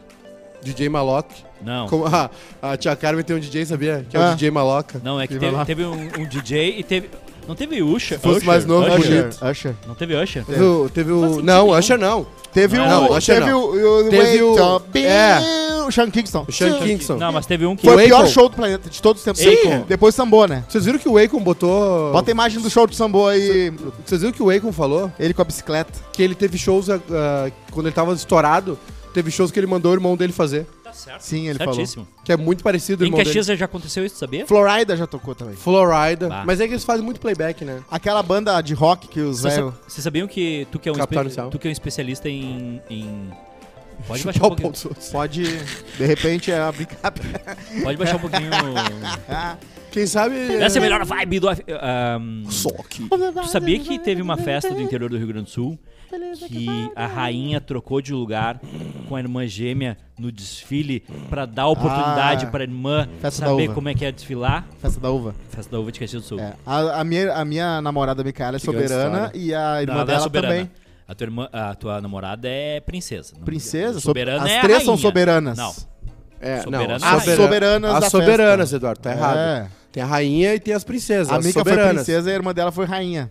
DJ Maloc. Não. Como- ah, a tia Carmen tem um DJ, sabia? Que é Ah. o DJ Maloca. Não, é que Viva teve, lá. teve um, um DJ e teve. Não teve Usha? fosse mais novo, Usher? bonito. Usher, Usher. Não teve Usher? Teve o. Teve o não, Usher não. É. Teve Não, o. não, Usher teve não. o. o Teve Wait o- a bit- é. O Sean Kingston. O Sean Kingston. Não, mas teve um que. Foi o Akon. pior show do planeta de todos os tempos. Sim. Depois sambou, né? Vocês viram que o Akon botou. Bota a imagem do show do sambô aí. Vocês viram que o Akon falou Ele com a bicicleta. que ele teve shows ah, ah, quando ele tava estourado, teve shows que ele mandou o irmão dele fazer. Tá certo. Sim, ele falou. um Certíssimo. Que é muito parecido o Em irmão dele. Caxias já aconteceu isso, sabia? Florida já tocou também. Florida. Bah. Mas é que eles fazem muito playback, né? Aquela banda de rock que os Vocês sa- velhos. vocês sabiam que tu que é um, Capital espe- Inicial. tu que é um especialista em. em- Pode Chupar baixar um o pouquinho. pau dos outros. Pode, de repente, é a brincadeira. Pode baixar [laughs] um pouquinho. Quem [laughs] sabe. Essa é a melhor vibe do. af- ahm, Só que. tu sabia que teve uma festa do interior do Rio Grande do Sul que a rainha trocou de lugar com a irmã gêmea no desfile pra dar oportunidade Ah, pra irmã festa da saber uva. como é que é desfilar? Festa da uva. Festa da Uva de Caxias do Sul. É. A, a minha, a minha namorada Micaela é Que grande soberana história. e a irmã Não, ela não é dela soberana. também. A tua, irmã, a tua namorada é princesa. não- Princesa? Soberana As é a três são rainha. soberanas. Não. É, Soberana. não. As soberanas da As soberanas, Eduardo, tá errado. É. Tem a rainha e tem as princesas. A as Mica foi soberanas. princesa e a irmã dela foi rainha.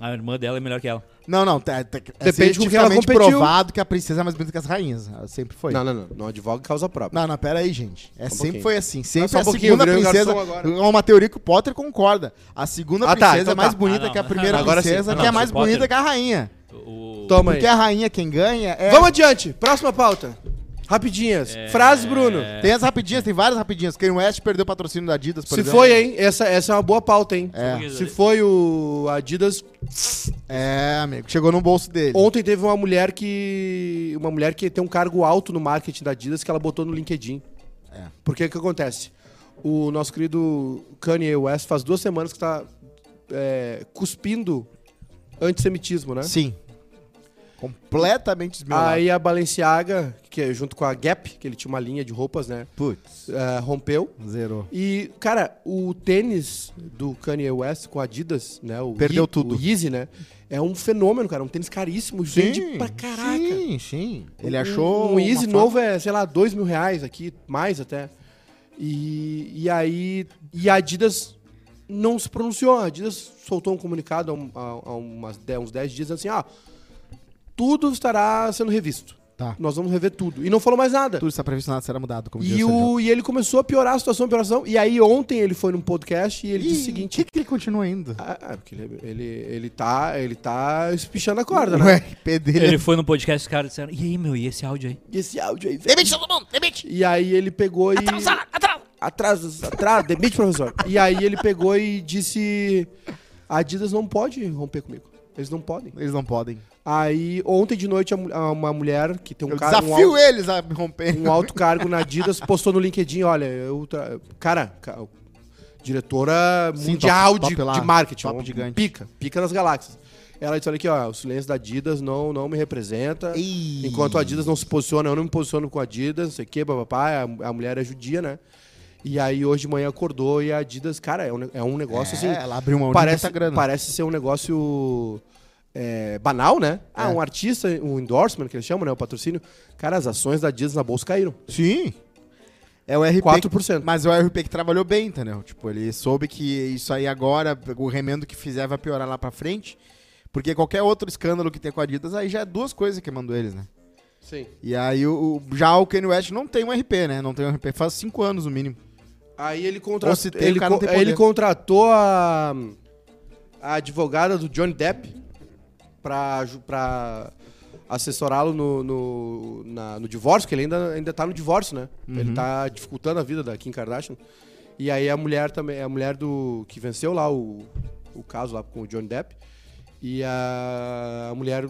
A irmã dela é melhor que ela. Não, não. tá- tá- é Depende com quem ela cientificamente competiu. provado que a princesa é mais bonita que as rainhas. Ela Sempre foi. Não, não, não. Não advoga causa própria. Não, não, pera aí, gente. É, Só um sempre pouquinho. foi assim. só Sempre um a pouquinho, segunda virei um princesa. garçom agora. É uma teoria que o Potter concorda. A segunda Ah, tá, princesa então é mais tá. bonita Ah, não, que a não, primeira não, agora princesa, sim. Ah, que é não, mais se o Potter- bonita que a rainha. O- Toma aí. Porque a rainha quem ganha é. Vamos adiante. Próxima pauta. Rapidinhas. É. Frases, Bruno. Tem as rapidinhas, tem várias rapidinhas. Kanye West perdeu o patrocínio da Adidas, por Se exemplo. foi, hein? Essa, essa é uma boa pauta, hein? É. Se foi o Adidas, É, amigo. Chegou no bolso dele. ontem teve uma mulher que uma mulher que tem um cargo alto no marketing da Adidas que ela botou no LinkedIn. É. Porque o que acontece? O nosso querido Kanye West faz duas semanas que tá é, cuspindo antissemitismo, né? Sim. Completamente desmiolado. Aí a Balenciaga, que é junto com a Gap, que ele tinha uma linha de roupas, né? Putz, é, rompeu. zerou. E, cara, o tênis do Kanye West com Adidas, né? O Perdeu Ye- tudo. O Yeezy, né? É um fenômeno, cara. Um tênis caríssimo. Vende pra caraca. Sim, sim. Ele Um- achou. Um uma Yeezy fa- novo é, sei lá, dois mil reais aqui, mais até. E, e aí. E a Adidas não se pronunciou. A Adidas soltou um comunicado há, um- há- há umas dez- uns 10 dias dizendo assim: ah, tudo estará sendo revisto. Tá. Nós vamos rever tudo. E não falou mais nada. Tudo está previsto, nada será mudado. Como E, diz Sérgio. o, e ele começou a piorar a situação, piorar a situação. E aí ontem ele foi num podcast e ele Ih, disse o seguinte. Por que, que ele continua indo? Ah, ah, porque ele, ele, ele, tá, ele tá espichando a corda, O né? RP dele Ele foi no podcast e os caras disseram: E aí, meu, e esse áudio aí? E esse áudio aí, velho. Demite todo mundo, demite! E aí ele pegou e. Atrasar, atrasar! Atrasa, atrasa, demite, professor. E aí ele pegou e disse: A Adidas não pode romper comigo. Eles não podem. [laughs] Eles não podem. Aí, ontem de noite, a mu- a- uma mulher que tem um Eu cara. um É desafio al- eles a me romper. um alto cargo na Adidas postou no LinkedIn, olha, eu tra- cara, ca- diretora Sim, mundial top- de, top lá, de marketing, top um- gigante. pica, pica nas galáxias. Ela disse, olha aqui, ó, o silêncio da Adidas não, não me representa. Ei. Enquanto a Adidas não se posiciona, eu não me posiciono com a Adidas, não sei o que, papapá, a, a mulher é judia, né? E aí hoje de manhã acordou e a Adidas, cara, é um, ne- é um negócio É, assim. ela abriu uma urna e parece, muita tá grana. parece ser um negócio é, banal, né? Ah, É. um artista, um endorsement que eles chamam, né? O patrocínio. Cara, as ações da Adidas na bolsa caíram. Sim. É o RP. 4%. Mas é o RP que trabalhou bem, entendeu? Tipo, ele soube que isso aí agora, o remendo que fizer vai piorar lá pra frente. Porque qualquer outro escândalo que tem com a Adidas, aí já é duas coisas que mandou eles, né? Sim. E aí, o, o- já o Kanye West não tem um RP, né? Não tem um RP faz cinco anos, no mínimo. Aí ele Ou contratou. se tem, o Ele, cara não co- tem poder. ele contratou a. a advogada do Johnny Depp pra, ju- pra assessorá-lo no, no, na- no divórcio, que ele ainda, ainda tá no divórcio, né? Uhum. Ele tá dificultando a vida da Kim Kardashian. E aí a mulher também, a mulher do que venceu lá o, o caso lá com o Johnny Depp. E a, a mulher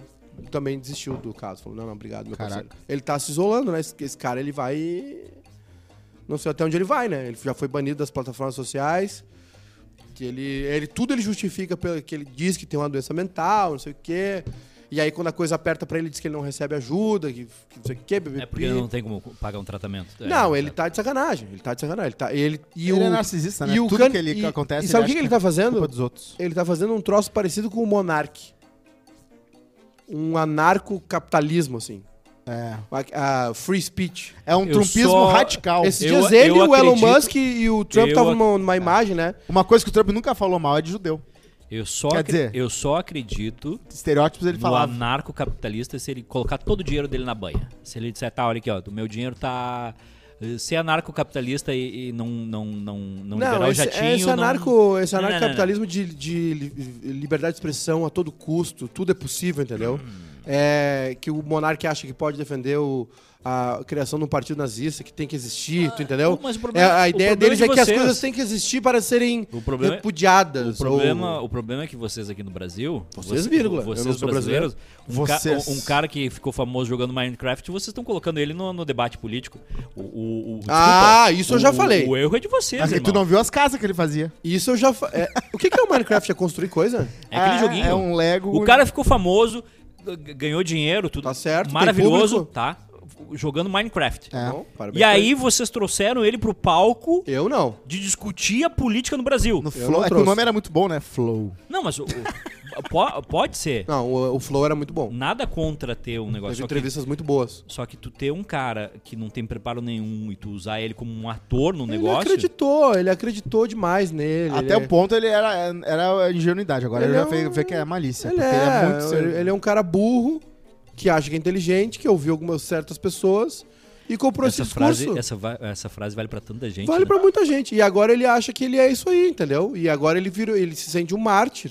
também desistiu do caso. Falou, não, não, obrigado, meu Caraca. parceiro. Ele tá se isolando, né? Esse, esse cara, ele vai... Não sei até onde ele vai, né? Ele já foi banido das plataformas sociais. Que ele, ele tudo ele justifica pelo que ele diz que tem uma doença mental, não sei o quê. E aí quando a coisa aperta pra ele, diz que ele não recebe ajuda, que, que não sei o quê, bebê. É porque não tem como pagar um tratamento. É, Não, ele tá de sacanagem. Ele tá de sacanagem. Ele tá, ele, e ele o, é narcisista, né? E o Tudo can- que ele e- acontece, E sabe o ele que, que acha ele tá é culpa fazendo? dos outros. Ele tá fazendo um troço parecido com o Monark. Um anarcocapitalismo, assim. É. A, a free speech. É um Eu trumpismo só- radical. Esses eu- dias ele, eu o Elon acredito- Musk e o Trump eu estavam ac- numa, numa imagem, né? Uma coisa que o Trump nunca falou mal é de judeu. Eu só, Quer acre- dizer- eu só acredito Estereótipos ele no falava. anarcocapitalista se ele colocar todo o dinheiro dele na banha. Se ele disser, tá, olha aqui, ó, do meu dinheiro tá. Ser anarcocapitalista e, e não, não, não, não, liberar esse, o jatinho. é esse não- anarco, esse Não, não, não, não. anarcocapitalismo de, de li- liberdade de expressão a todo custo, tudo é possível, entendeu? Hum. É, que o monarca acha que pode defender o- a criação de um partido nazista que tem que existir, tu entendeu? mas Ah, o problema- É, a o ideia problema deles de é que as vocês. coisas têm que existir para serem O problema é- repudiadas. O problema, o problema é que vocês aqui no Brasil. Vocês, vírgula. Vocês Eu não sou brasileiro. brasileiros. Um, ca- Vocês. um- um cara que ficou famoso jogando Minecraft, vocês estão colocando ele no, no debate político. O, o- o- Ah, desculpa, isso eu já o- falei. O erro é de vocês, Aqui Assim, tu irmão. não viu as casas que ele fazia. Ou- Isso eu já. fa- é, o que, que é o Minecraft? É construir coisa? É aquele joguinho. É um Lego. O cara ficou famoso, g- ganhou dinheiro, tudo. Tá certo, tem Maravilhoso, público. tá? Jogando Minecraft. É. Bom, parabéns E pra aí ele. vocês trouxeram ele pro palco Eu não. de discutir a política no Brasil. No não Flow. É que o trouxe. nome era muito bom, né? Flow. Não, mas o- o- [laughs] po- pode ser. Não, o, o Flow era muito bom. Nada contra ter um negócio. Teve Só que, entrevistas muito boas. só que tu ter um cara que não tem preparo nenhum e tu usar ele como um ator no Ele negócio. acreditou, ele acreditou demais nele. ele é- Até o ponto ele era, era ingenuidade. Agora Ele ele, é já vê, um- vê que é malícia. Ele porque é, ele é muito. ele, sério. ele é um cara burro, que acha que é inteligente, que ouviu algumas certas pessoas e comprou Essa esse discurso. frase, essa, va- essa frase vale pra tanta gente. Vale né? pra muita gente. E agora ele acha que ele é isso aí, entendeu? E agora ele virou, ele se sente um mártir,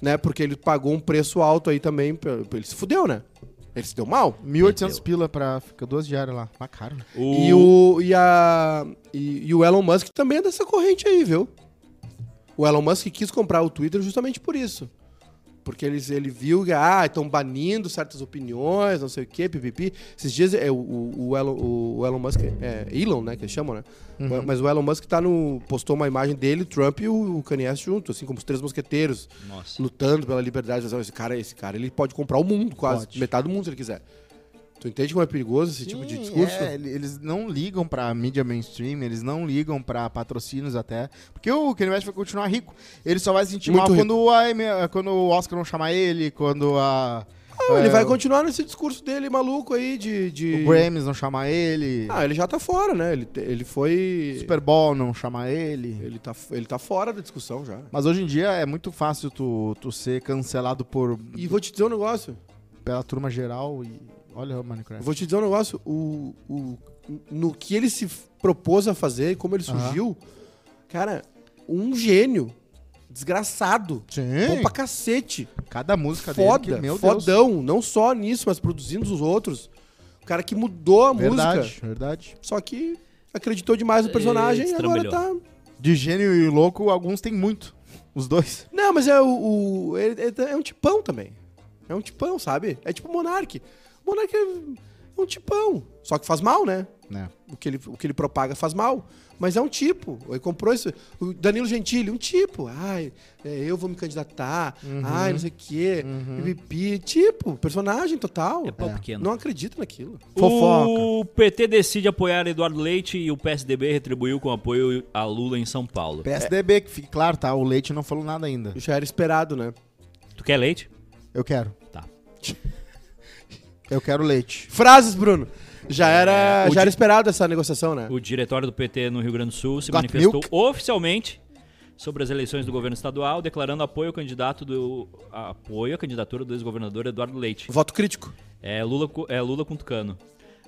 né? Porque ele pagou um preço alto aí também, pra- pra- ele se fudeu, né? Ele se deu é mal. 1.800 pila pra. Fica duas diárias lá. Mas caro. né? O- E o e a e, e o Elon Musk também é dessa corrente aí, viu? O Elon Musk quis comprar o Twitter justamente por isso. Porque ele, ele viu que ah, estão banindo certas opiniões, não sei o quê, pipipi. Esses dias é, o, o, o Elon, o, o Elon Musk, é Elon, né, que eles chamam, né? Uhum. O- Mas o Elon Musk tá no, postou uma imagem dele, o Trump e o, o Kanye West junto, assim, como os três mosqueteiros, Nossa. lutando pela liberdade de expressão. Esse cara, esse cara, ele pode comprar o mundo, quase, Pode. metade do mundo se ele quiser. Tu entende como é perigoso esse tipo de Sim, discurso? é, ele- eles não ligam pra mídia mainstream, eles não ligam pra patrocínios até. Porque o Kanye West vai continuar rico. Ele só vai se sentir Muito mal rico. quando, a M- eh, quando o Oscar não chamar ele, quando a. Não, ele É, vai o- continuar nesse discurso dele maluco aí de. de- O Grammys não chamar ele. Ah, ele já tá fora, né? Ele, te- ele foi. Super Bowl não chamar ele. Ele tá, ele tá fora da discussão já. Mas hoje em dia é muito fácil tu, tu ser cancelado por, E vou te dizer um negócio. pela turma geral e. Olha o Minecraft. Vou te dizer um negócio. O, o, no que ele se propôs a fazer e como ele surgiu, cara, um gênio. Desgraçado. Bom Sim. pra cacete. Cada música Foda. dele. que- meu Deus. fodão. Não só nisso, mas produzindo os outros. O cara que mudou a Verdade, música. verdade. Só que acreditou demais no personagem e agora destrambelhou. tá. De gênio e louco, alguns têm muito. Os dois. Não, mas é o. o- ele- ele é um tipão também. É um tipão, sabe? É tipo o Monark. O Monark é um tipão. Só que faz mal, né? Né? O que, ele, o que ele propaga faz mal. Mas é um tipo. Ele comprou isso. O Danilo Gentili, um tipo. Ai, é, eu vou me candidatar. Uhum. Ai, não sei o quê. Pipipi. Tipo, personagem total. É pau pequeno. Não acredita naquilo. O PT decide apoiar Eduardo Leite e o PSDB retribuiu com apoio a Lula em São Paulo. PSDB, que fique claro, tá? O Leite não falou nada ainda. Já era esperado, né? Tu quer leite? Eu quero. Tá. [laughs] Eu quero leite. Frases, Bruno. Já era, É, o já era di- esperado essa negociação, né? O diretório do PT no Rio Grande do Sul se Got manifestou milk? oficialmente sobre as eleições do governo estadual, declarando apoio ao candidato do a- apoio à candidatura do ex-governador Eduardo Leite. Voto crítico. É Lula, co- é Lula com Tucano.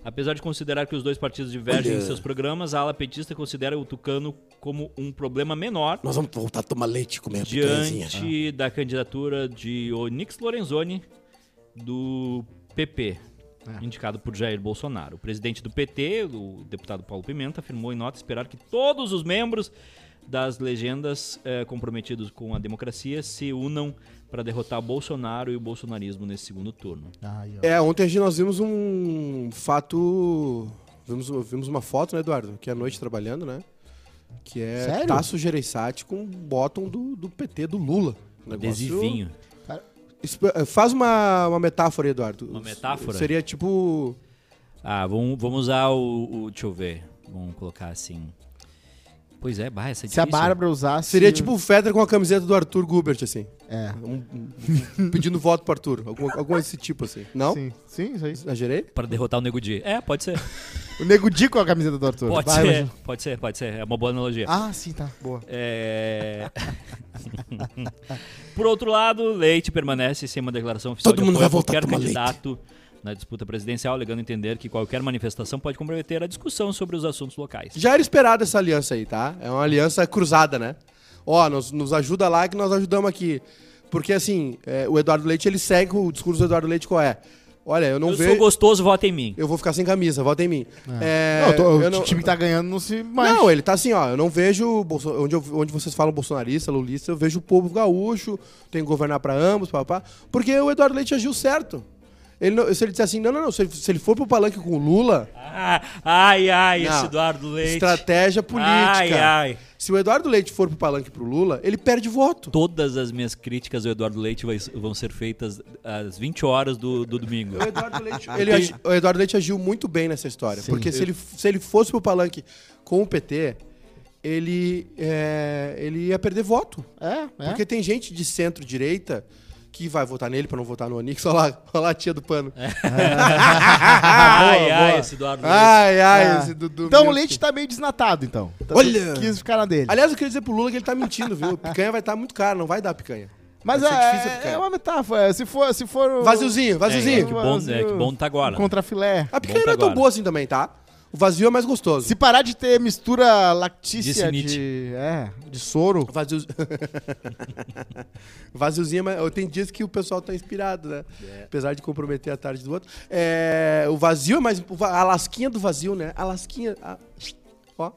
Apesar de considerar que os dois partidos divergem em seus programas, a ala petista considera o Tucano como um problema menor Nós vamos voltar a tomar leite e comer a picanhazinha. tá? diante da candidatura de Onix Lorenzoni do PP, É. indicado por Jair Bolsonaro. O presidente do PT, o deputado Paulo Pimenta, afirmou em nota esperar que todos os membros das legendas eh, comprometidos com a democracia se unam para derrotar Bolsonaro e o bolsonarismo nesse segundo turno. Ai, ó. É, ontem a gente- nós vimos um fato. Vimos, vimos uma foto, né, Eduardo? Que é à noite trabalhando, né? Que é Sério? Tasso Gereissati com bottom do, do PT do Lula. Um Adesivinho. Esp- eh, Faz uma, uma metáfora, Eduardo. Uma metáfora? Seria tipo. Ah, vamos, vamos usar o, o. Deixa eu ver. Vamos colocar assim. Pois é, bah, essa é Se a difícil. Bárbara usasse. Seria tipo o Feder com a camiseta do Arthur Gubert, assim. É. Um- um- pedindo voto pro Arthur. Alguma, alguma desse tipo, assim. Não? Sim, sim, isso aí. Exagerei? Para derrotar o Nego Di. É, [laughs] pode ser. O nego Di com a camiseta do Arthur. Pode Vai, ser, imagina. pode ser, pode ser. É uma boa analogia. Ah, sim, tá. Boa. É... [laughs] Por outro lado, Leite permanece sem uma declaração oficial Todo de mundo apoio vai voltar a a qualquer tomar candidato na disputa presidencial, alegando entender que qualquer manifestação pode comprometer a discussão sobre os assuntos locais. Já era esperada essa aliança aí, tá? É uma aliança cruzada, né? Ó, nos, nos ajuda lá que nós ajudamos aqui. Porque, assim, é, o Eduardo Leite, ele segue o discurso do Eduardo Leite qual é? Olha, eu não Eu sou vejo... gostoso, vota em mim. Eu vou ficar sem camisa, vota em mim. É, não, tô- eu o não- time que tá ganhando não se mais. Não, ele tá assim, ó. Eu não vejo. o Bolso- Onde, eu- onde vocês falam bolsonarista, lulista, eu vejo o povo gaúcho, tem que governar pra ambos, papá. Porque o Eduardo Leite agiu certo. Ele não- se ele disser assim, não, não, não, se ele, se ele for pro palanque com o Lula, Ah, ai, ai, Não. esse Eduardo Leite. estratégia política. Ai, ai. Se o Eduardo Leite for pro palanque pro Lula, ele perde voto. Todas as minhas críticas ao Eduardo Leite vai- vão ser feitas às 20 horas do, do domingo. O Eduardo Leite, ele agi- o Eduardo Leite agiu muito bem nessa história. Sim. Porque se ele, se ele fosse pro palanque com o PT, ele, é, ele ia perder voto. É, é. [laughs] Porque tem gente de centro-direita que vai votar nele pra não votar no Onix. [laughs] Olha lá, olha lá a tia do pano. ai, Ah, boa, Ah, ai, boa. esse Eduardo Leite. Ai, ai, Ah. esse Dudu. Então o meu leite Deus. tá meio desnatado, então. Tá- Olha! Quis ficar na dele. Aliás, eu queria dizer pro Lula que ele tá mentindo, viu? Picanha vai estar muito cara, não vai dar picanha. Mas vai ser é, difícil, cara. é uma metáfora. Se for. Se for o- Vaziozinho, É, é que vaziozinho. bom, é que bom tá agora. o Contrafilé. A picanha Bom não é tão agora. boa assim também, tá? O vazio é mais gostoso. Se parar de ter mistura lactícia Disse de, é, de soro. O Vazio... [laughs] Vaziozinho, é mais. tem dias que o pessoal tá inspirado, né? É. Apesar de comprometer a tarde do outro. É, o vazio é mais. o va- A lasquinha do vazio, né? A lasquinha. a- Ó.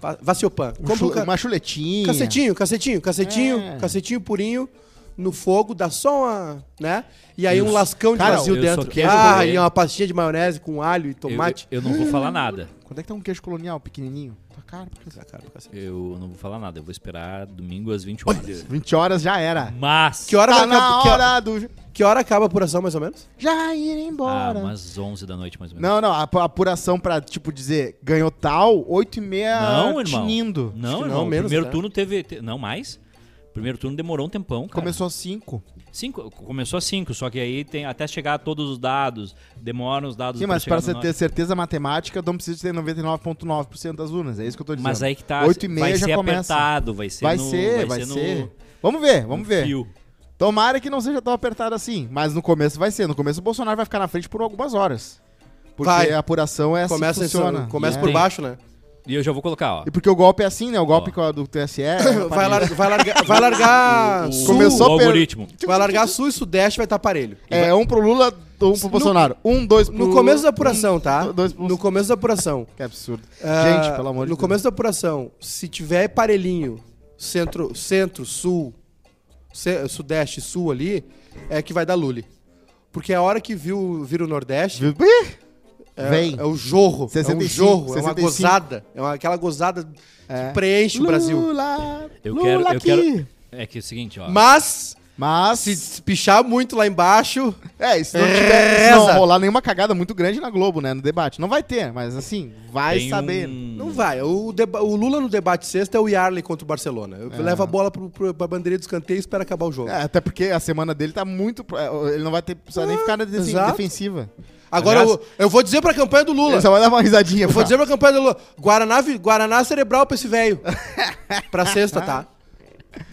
Va- Vaciopan. um Compra chu- um ca- Uma chuletinha. Cacetinho, cacetinho, cacetinho, É. cacetinho purinho no fogo, dá só uma, né? E aí um lascão de Cara, vazio eu dentro. só quero ah, ver- e uma pastinha de maionese com alho e Eu- tomate. eu não vou falar nada. Quando é que tem um queijo colonial pequenininho? Tá caro. porque- Ah, cara, do cacete. Eu não vou falar nada, eu vou esperar domingo às 20 horas. 20 horas já era. Mas. Que hora, Tá vai na acab- que, hora... hora do... que hora acaba a apuração, mais ou menos? Já ir embora. Ah, umas 11 da noite mais ou menos. Não, não, a ap- apuração pra, tipo, dizer ganhou tal, 8 e meia Não, irmão. tinindo. Não, que não, irmão, menos primeiro né? até. turno teve. te- não, mais. Primeiro turno demorou um tempão, cara. Começou às 5. Cinco, começou a 5, só que aí tem até chegar todos os dados, demoram os dados. Sim, mas chegar para você tá no- ter certeza matemática, não precisa ter 99,9% das urnas. É isso que eu tô dizendo. Mas aí que tá. Oito e meia vai já ser começa. apertado, vai ser vai no, ser, vai, ser. no Vamos ver, vamos ver. fio. Tomara que não seja tão apertado assim. Mas no começo vai ser. No começo o Bolsonaro vai ficar na frente por algumas horas. Porque Vai. a apuração é assim Começa, que esse- funciona. começa É. por Tem- baixo, né? E eu já vou colocar, ó. E porque o golpe é assim, né? O golpe do TSE. [coughs] é Vai, aparelho. lar- vai largar, vai [laughs] largar sul, Tipo, Começou- o per- algoritmo. vai largar sul e sudeste, vai estar parelho. É um pro Lula, um pro No- Bolsonaro. Um, dois pro No começo da apuração, tá? um, dois pro- No começo da apuração. Que absurdo. Ah, Gente, pelo amor de No Deus. começo da apuração, se tiver parelhinho, centro, centro sul, ce- sudeste, sul ali, é que vai dar Lule. Porque a hora que viu, vira o Nordeste, Viu? Ih, é, Vem. é o jorro, é um 65, jorro, é uma 65. gozada, é uma- aquela gozada É. que preenche o Brasil. Lula, Eu Lula quero- eu aqui. quero- É que é o seguinte, ó. Mas, Mas, se pichar muito lá embaixo, é, se não, tiver, se não Reza. rolar nenhuma cagada muito grande na Globo, né, no debate. Não vai ter, mas assim, vai tem saber. um- não vai. O, deba- o Lula no debate sexta é o Yarley contra o Barcelona. Leva a bola pro, pro, pra bandeirinha dos canteiros e espera acabar o jogo. É, até porque a semana dele tá muito. pro- é, Ele não vai ter, precisar nem ficar na defen- exato. defensiva. Agora, Aliás- eu, eu vou dizer pra campanha do Lula. Ele só vai dar uma risadinha. Eu pá. [laughs] vou dizer pra campanha do Lula. Guaraná, vi- Guaraná cerebral pra esse velho. pra sexta, tá?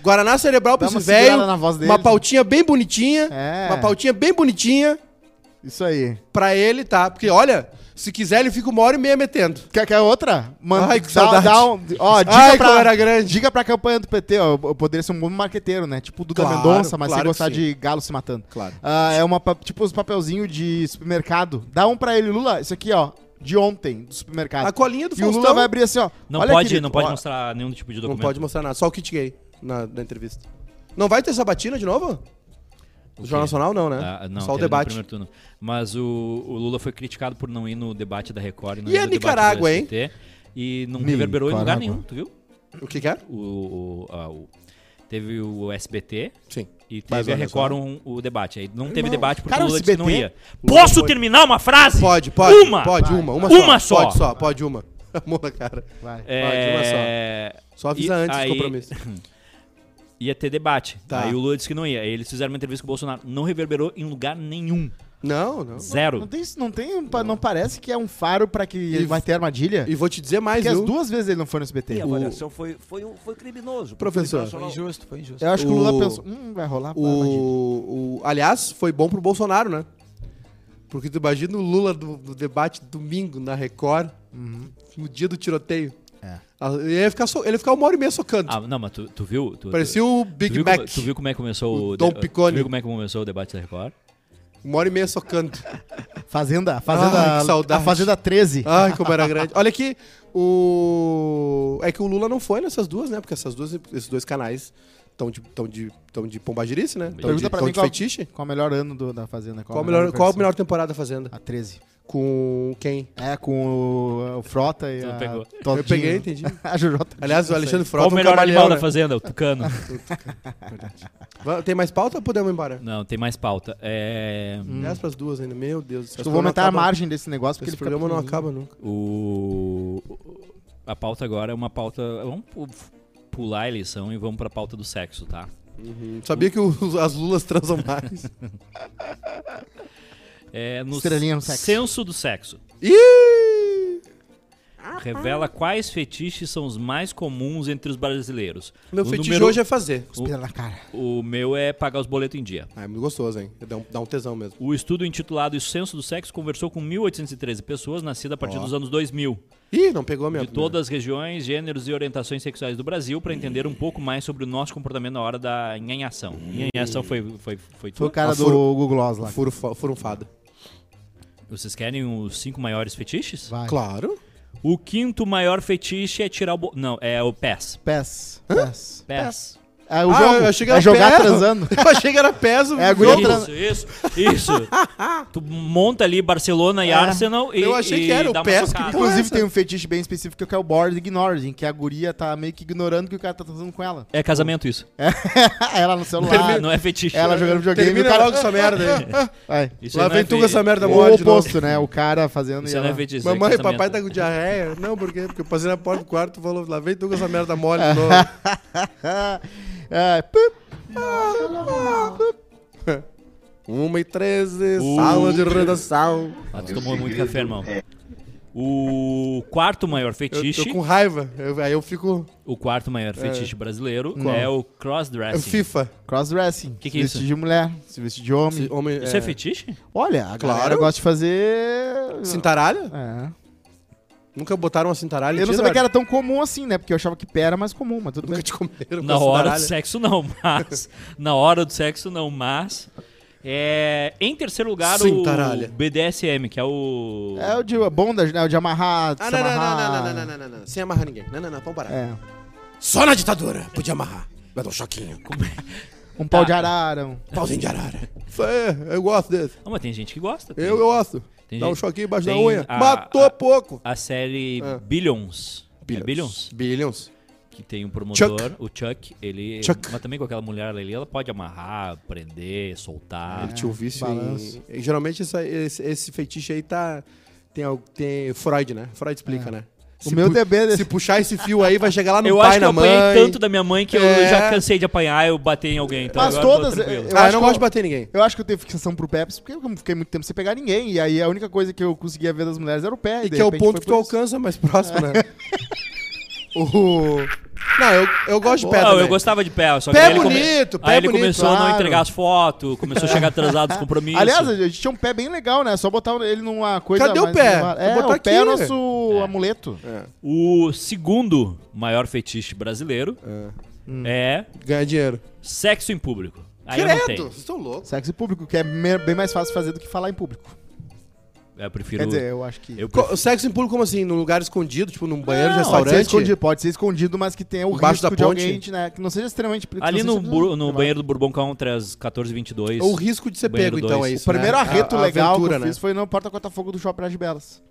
Guaraná cerebral pra Dá esse uma segurada velho. na voz dele. Uma pautinha bem bonitinha. É. Uma pautinha bem bonitinha. Isso aí. Pra ele, tá? Porque, olha, se quiser, ele fica uma hora e meia metendo. Quer, quer outra? Mano, Ai, que dá- saudade. dá um- ó, dica Ai, pra, como era grande. Diga pra campanha do PT, ó. Eu poderia ser um bom marqueteiro, né? Tipo o Duda Claro, Mendonça, mas claro sem que gostar sim. de galo se matando. Claro. Ah, é uma, pa- tipo os papelzinhos de supermercado. Dá um pra ele, Lula. Isso aqui, ó. De ontem, do supermercado. A colinha do e o Faustão. Lula vai abrir assim, ó. Não Olha, pode, querido, não pode ó, mostrar nenhum tipo de Não documento. pode mostrar nada, só o kit gay na, na entrevista. não vai ter sabatina de novo? O O Jornal quê? Nacional não, né? Ah, não, só o teve no debate. primeiro turno. Mas o, o Lula foi criticado por não ir no debate da Record não E ir a no debate do Nicarágua, hein? SBT, E não reverberou em lugar Nicarágua. nenhum, tu viu? O que que é? O, o- a- o- teve o SBT Sim. e Mas teve a olha Record só. um- o debate. Aí não teve debate porque Cara, o o Lula disse que não ia. SBT Posso foi. terminar uma frase? Pode, pode. Uma! Pode, uma, uma, Uma só. só. Pode só, pode uma. [laughs] Amor na cara. Vai. É... Só avisa E antes aí- do compromisso. Ia ter debate. Tá. Aí o Lula disse que não ia. Aí eles fizeram uma entrevista com o Bolsonaro. Não reverberou em lugar nenhum. Não, não. Não Zero. tem, não tem, um pa- não parece que é um faro pra que ele vai ter armadilha? E vou te dizer mais, um. Porque as é viu? duas vezes ele não foi no SBT. E a avaliação foi, foi, um- foi criminoso. porque Professor. o Internacional- injusto, foi injusto. Eu acho que o Lula O- pensou, hum, vai rolar pra armadilha. O, o- aliás, foi bom pro Bolsonaro, né? Porque tu imagina o Lula do, do debate domingo na Record, Uhum. no dia do tiroteio. Ah, Ele ia ficar, so- ele ia ficar uma hora e meia socando. É. Ah, não, mas tu, tu viu? Tu, Parecia o tu, Big tu viu Mac. como- tu viu como é que começou O o, Dom de- Piccone. Tu viu como é que começou o debate da Record? Uma hora e meia socando. Fazenda, a Fazenda, Ai, que saudade. a Fazenda 13. Ai, como era grande. Olha aqui, o. É que o Lula não foi nessas duas, né? Porque essas duas, esses dois canais estão de, tão de, tão de pombagirice, né? Tão de, Pergunta pra tão mim de qual- fetiche. Qual o melhor ano do- da Fazenda? Qual, a a melhor, qual a versão? melhor temporada da Fazenda? A 13. Com quem? É, com o, o Frota e Tu a pegou. Todinho. Eu peguei, entendi. [laughs] a Jujota. Aliás, o Alexandre Frota Qual o é um melhor camaleão, animal da né? fazenda? O [laughs] tucano. né? Va- Tem mais pauta ou podemos ir embora? não, tem mais pauta. É... 10 pras duas ainda. Meu Deus do Acho céu. que Hum. eu vou aumentar a acaba- margem desse negócio porque Esse ele fica um programa não pequenininho. acaba nunca. O... A pauta agora é uma pauta... Vamos pu- pular a eleição e vamos pra pauta do sexo, tá? um Sabia que o- as lulas transam [laughs] mais. É no Estrelinha no sexo. censo do sexo. Ih! Revela quais fetiches são os mais comuns entre os brasileiros. Meu O fetiche número- hoje é fazer. Cuspida na cara. O meu é pagar os boletos em dia. Ah, é muito gostoso, hein? Dá um, dá um tesão mesmo. O estudo intitulado O Censo do Sexo conversou com 1.813 pessoas nascidas a partir Ó. dos anos 2000, Ih, não pegou mesmo. de todas as regiões, gêneros e orientações sexuais do Brasil, para entender um pouco mais sobre o nosso comportamento na hora da nhanhação. Nhanhação foi, foi, foi Foi o tudo. cara A do furo- Google Glass lá. Furo, fa- furunfada. Vocês querem os cinco maiores fetiches? Vai. Claro. [laughs] O quinto maior fetiche é tirar o... Bo... Não, é o pés. Pés. Pés. Pés. É o Ah, jogo. eu achei que é era jogar pé. transando. Eu achei que era peso. É a guria jogo. transando. Isso, isso, [laughs] isso. tu monta ali Barcelona e Arsenal e É. Eu achei que e era o dá uma pés [laughs] que socada. Porra, Inclusive essa- tem um fetiche bem específico que é o board ignoring, que a guria tá meio que ignorando que o cara tá transando com ela. [laughs] É casamento isso. ela no celular. Ah, não é fetiche. Ela jogando videogame. Termina o cara... logo essa merda aí. [laughs] Vai. Isso aí Lá não é vem tu fe- com essa merda O mole de novo. oposto, né? O cara fazendo Isso e não é ela... fetiche. isso é Mamãe, casamento. papai tá com diarreia. Não, por quê? Porque eu passei na porta do quarto e falou, lá vem tu com essa merda [laughs] mole de novo. Ah, ah, pup. Uma e treze, Uh. sala de redação. Ah, tu tomou muito café, irmão. O quarto maior Eu fetiche, tô com raiva. Eu- aí eu fico. o quarto maior fetiche brasileiro Qual? é o É crossdressing. FIFA. Crossdressing. Que que se é vestir isso? de mulher, se vestir de homem. Se- Homem, Isso é fetiche? Olha, a Claro. galera gosta de fazer... Cintaralha? É. Nunca botaram uma cintaralha? Eu não Tira, sabia que velho. era tão comum assim, né? Porque eu achava que pé era mais comum, mas tudo bem. Nunca te comeram com Na hora do cintaralha. sexo não, [laughs] mas na hora do sexo não, mas é, em terceiro lugar o Cintaralha. BDSM, que é o É o de bonda, né? O de amarrar, Ah, não, não, não, desamarrar. não, não, não, não, não, não, não. Sem amarrar ninguém. Não, não, não, vamos parar. É. Só na ditadura podia amarrar. Vai dar um choquinho. Um pau Tá. de arara. um- Pauzinho de arara. Isso aí, eu gosto desse. Ah, mas tem gente que gosta. tem- Eu, eu gosto. Tem Dá um gente- choquinho embaixo da tem unha. a- Matou a- pouco. A série Ah. Billions. É Billions? Billions. Que tem um promotor, o Chuck, ele. Chuck. Mas também com aquela mulher ali, ela pode amarrar, prender, soltar. Ele tinha um vício balanço. em... e Geralmente essa- esse, esse feitiço aí tá... Tem, al- tem Freud, né? Freud explica, né? O meu DB Se puxar esse fio aí, vai chegar lá no É. eu um pai, acho que eu na mãe. apanhei tanto da minha mãe que eu É. já cansei de apanhar, eu bati em alguém. Então Mas agora eu tô todas- tranquilo. eu ah, acho eu não que gosto eu- de bater em ninguém. Eu acho que eu tenho fixação pro pé, porque eu fiquei muito tempo sem pegar ninguém. E aí a única coisa que eu conseguia ver das mulheres era o pé. E de que é o repente ponto [laughs] foi que por tu isso. alcança mais próximo, né? O... Não, eu, eu gosto de pé Não, também. eu gostava de pé, só que Pé aí ele come- bonito, pé Aí ele bonito, começou a claro. não entregar as fotos, começou a chegar atrasado nos compromissos. Aliás, a gente tinha um pé bem legal, né? Só botar ele numa coisa. Cadê o mais pé? elevada. Vou É, botar o pé é o aqui. nosso amuleto. o segundo maior fetiche brasileiro é Ganhar dinheiro. sexo em público. Aí eu não Credo, tenho. vocês estão loucos. Sexo em público, que é me- bem mais fácil fazer do que falar em público. É, Eu prefiro. Quer dizer, eu acho que. eu Co- prefiro- Sexo em público, como assim? Num lugar escondido, tipo num banheiro de Não, Pode ser restaurante? escondido, pode ser escondido, mas que tenha o Embaixo risco da de ponte? alguém, né? Que não seja extremamente. que Ali não no, seja- bur- no banheiro do Bourbon Country, às 14h22. O risco de ser Banheiro pego, então, dois. O é isso. primeiro né? arreto A- a legal aventura, né? que eu fiz foi no Porta Corta-Fogo do Shopping de Belas.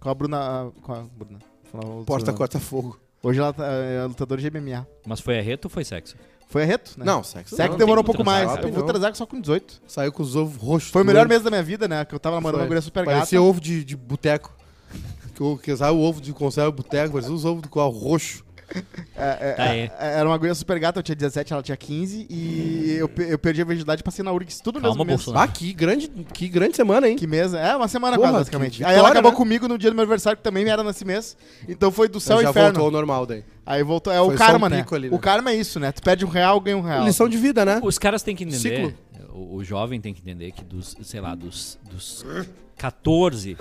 Com a Bruna. a- Com a Bruna. Falar o Porta sobrenome. corta fogo. Hoje ela tá- é lutadora de MMA. Mas foi arreto ou foi sexo? Foi arreto, né? Não, sexo. Será não, que demorou um tem pouco que transar mais? Eu rápido, vou não. transar só com 18. Saiu com os ovos roxos. Foi o melhor doendo. mês da minha vida, né? Que eu tava namorando Foi. uma guria super gata. Parecia ovo de, de boteco. [laughs] Que o- Que sabe o ovo de conserva boteco, parecia os ovos do qual roxo. É, é, Tá, é. é, Era uma guria super gata, eu tinha 17, ela tinha 15. E eu, pe- eu perdi a virgindade e passei na URGS tudo no Calma, mesmo mês. Bolsonaro. Ah, que grande, que grande semana, hein? Que mês? É, uma semana Porra, quase, basicamente. que Aí ela vitória, acabou né? comigo no dia do meu aniversário, que também era nesse mês. Então foi do céu ao já inferno. voltou ao normal daí. Aí voltou. É o Foi só um karma, né? pico ali, né? O karma é isso, né? Tu pede um real, ganha um real. Lição de vida, né? Os caras têm que entender, o, o jovem tem que entender que dos, sei lá, dos, dos 14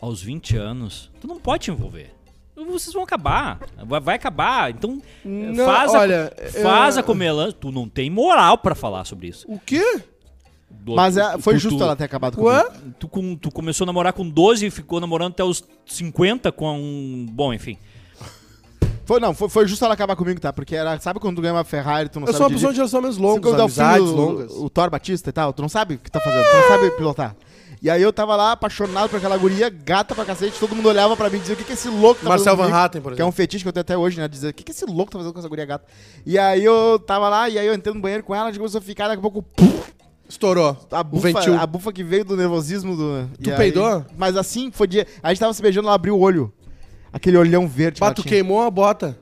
aos 20 anos, tu não pode te envolver. Vocês vão acabar. Vai, vai acabar. Então, eh, Não, faz, a, olha, faz eu- a comelã. Tu não tem moral pra falar sobre isso. O quê? Do- Mas é, assim, tu- foi tu- justo tu, ela ter acabado Ué? comigo. Tu, com- tu começou a namorar com 12 e ficou namorando até os 50 com um... Bom, enfim. Foi, não, foi, foi justo ela acabar comigo, tá? Porque era, sabe quando tu ganha uma Ferrari, tu não Eu sabe sou uma dirigir? pessoa de relacionamentos Sabe longas, quando dá o filme, amizades o- longas. O, Thor Batista e tal, tu não sabe o que tá fazendo, tu não sabe pilotar. E aí eu tava lá apaixonado por aquela guria, gata pra cacete, todo mundo olhava pra mim e dizia, o que que esse louco tá fazendo Marcel Van comigo?" Hatten, por Que é um exemplo. fetiche que eu tenho até hoje, né? Dizer, o que, que esse louco tá fazendo com essa guria gata? E aí eu tava lá, e aí eu entrei no banheiro com ela, a gente começou a ficar, daqui a pouco, pum, Estourou. a o bufa, ventil. a bufa que veio do nervosismo do... Tu e aí- peidou? mas assim, foi de... A gente tava se beijando, ela abriu o olho. Aquele olhão verde. que ela Bato tinha. queimou a bota.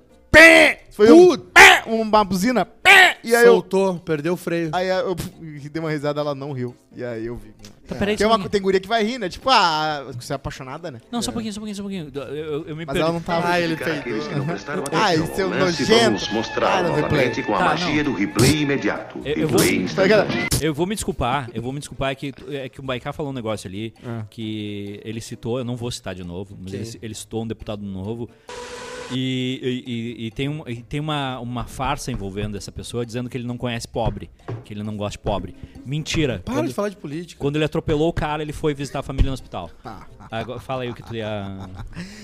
Foi um... Pé! Uma buzina. Pé! E aí eu... Soltou, perdeu o freio. Aí eu [laughs] eu dei uma risada, ela não riu. E aí eu vi. Tá, peraí, É. Tem só um uma pouquinho. tem guria que vai rir, né? Tipo, ah, você é apaixonada, né? Não, só um pouquinho, só um pouquinho, só um pouquinho. Eu, eu- eu me Mas perdi. ela não tá tava. Ah, ele Cara, aqueles que peidou. não prestaram Ai, atenção seu ao lance, nojento. vamos Ah, mostrar no novamente replay. com a Tá, magia do replay imediato. Eu- eu vou- replay instantâneo. Eu vou me desculpar, eu vou me desculpar, é que, é que o Baiká falou um negócio ali que ele citou, eu não vou citar de novo, mas ele, ele citou um deputado novo. E, e- e- e tem, um- e tem uma, uma farsa envolvendo essa pessoa dizendo que ele não conhece pobre, que ele não gosta de pobre. Mentira. Para quando, de falar de política. quando ele atropelou o cara, ele foi visitar a família no hospital. Agora, fala aí o que tu ia.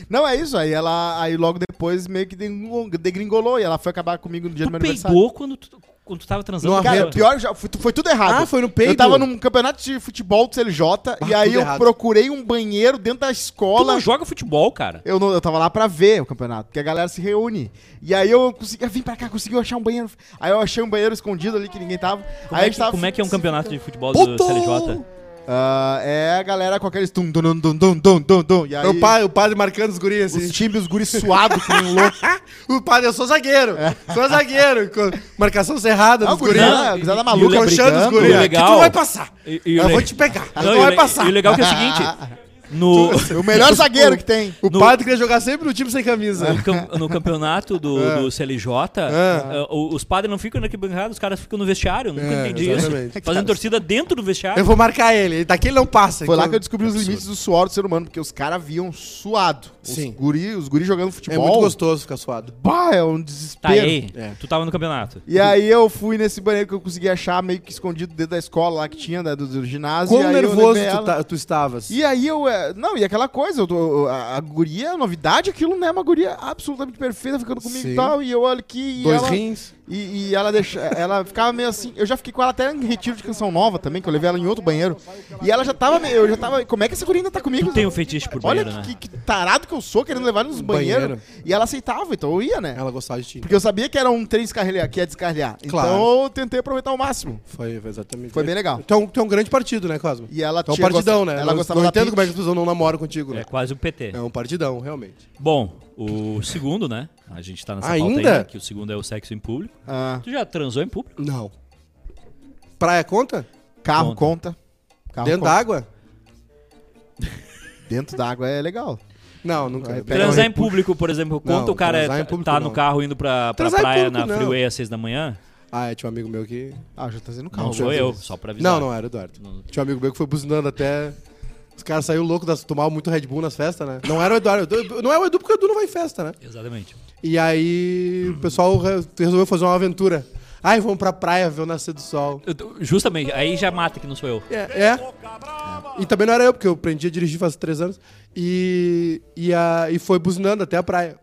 Não, é isso. Aí ela. Aí logo depois meio que degringolou- degringolou. E ela foi acabar comigo no dia do Tu meu aniversário. peidou quando tu, quando tu tava transando. No com a Cara, pessoa? pior, já, foi, foi tudo errado. Ah, foi no peido? Eu tava num campeonato de futebol do CLJ. e Ah, aí tudo eu errado. procurei um banheiro dentro da Tu escola. não joga futebol, cara. Eu, não- eu tava lá pra ver o campeonato, porque a galera se reúne. E aí eu consegui, eu vim pra cá, consegui achar um banheiro. Aí eu achei um banheiro escondido ali que ninguém tava. Como, aí a é gente que, tava- como é que é um campeonato de futebol Puto! do CLJ? Ah, é a galera com aqueles tum dum dum dum dum dum dum. E aí O, pa- o padre marcando os guris assim. os times, os [laughs] guris suados que nem louco. O padre, eu sou zagueiro. Sou zagueiro. Com Marcação cerrada É. Ah, dos o guri, guris. a gurizada maluca Colchando os brigando. guris. O Aqui legal- tu vai passar. E- e o Eu le- vou te pegar. Tu Não, e, não o vai le- passar. e o legal é que é o seguinte: [laughs] no, [laughs] O melhor zagueiro que tem. O No- padre queria jogar sempre no time sem camisa. [laughs] no cam- no campeonato do, É. do CLJ, eh, o- os padres não ficam na arquibancada, os caras ficam no vestiário. Nunca É, entendi exatamente. isso. [laughs] Fazendo torcida dentro do vestiário. Eu vou marcar ele. ele- Daqui ele não passa. Foi lá que eu Então, descobri os limites do suor do ser humano, porque os caras viam suado. Os Sim. guri, os guri jogando É futebol. muito gostoso ficar suado. Bah, é um Tá, desespero. e aí? É. Tu tava no campeonato. E aí eu fui nesse banheiro que eu consegui achar meio que escondido dentro da escola lá que tinha, né, do, do ginásio. e Quão aí eu nervoso levei tu, ela. tá- tu estavas. E aí eu. é, Não, e aquela coisa, eu tô- a, a guria, a novidade, aquilo, né? Uma guria absolutamente perfeita ficando comigo Sim. e tal. E eu olho aqui e Dois ela. rins. E, e ela deixa, ela ficava meio assim. Eu já fiquei com ela até em retiro de canção nova também, que eu levei ela em outro banheiro. E ela já tava meio. Eu já tava. Como é que essa guria ainda tá comigo? Tu tem um fetiche por Olha banheiro, né? que, que- que tarado que eu sou querendo levar ela nos banheiros. Banheiro. E ela aceitava, então eu ia, né? Ela gostava de ti. Porque eu sabia que era um trem descarrilhar, que ia descarrilhar. Claro. Então eu tentei aproveitar ao máximo. Foi, foi exatamente. Foi bem legal. Tu é um, tu é um grande partido, né, Cosmo? E ela Tu é um tinha partidão, gosta- né? Ela não, gostava não da entendo como é que Pink. as pessoas não namoram contigo, né? É quase o PT. É um partidão, realmente. Bom, o segundo, né? A gente tá nessa pauta Ainda? ainda, que o segundo é o sexo em público. Ah, Tu já transou em público? Não. Praia conta? carro conta. Carro Dentro conta. d'água? Dentro d'água é legal. Não, nunca. um Vai, pega Transar Pega em público, por exemplo, Não, conta o cara transar em tá- público tá não. no carro indo pra, pra Transar em praia público na não. freeway às seis da manhã. Ah, é, tinha um amigo meu que. Ah, já tá sendo Não, calma. sou eu, só pra avisar. Não, não era, Eduardo. Tinha um amigo meu que foi buzinando até. Os caras saíram loucos, das... tomavam muito Red Bull nas festas, né? Não era o Eduardo. Edu- Não é o Edu porque o Edu não vai em festa, né? Exatamente. E aí o pessoal re- resolveu fazer uma aventura. Ai, vamos pra praia ver o nascer do sol. Eu tô- justamente, aí já mata que não sou eu. É. é. E também não era eu, porque eu aprendi a dirigir faz três anos. E, e, a, e foi buzinando até a praia.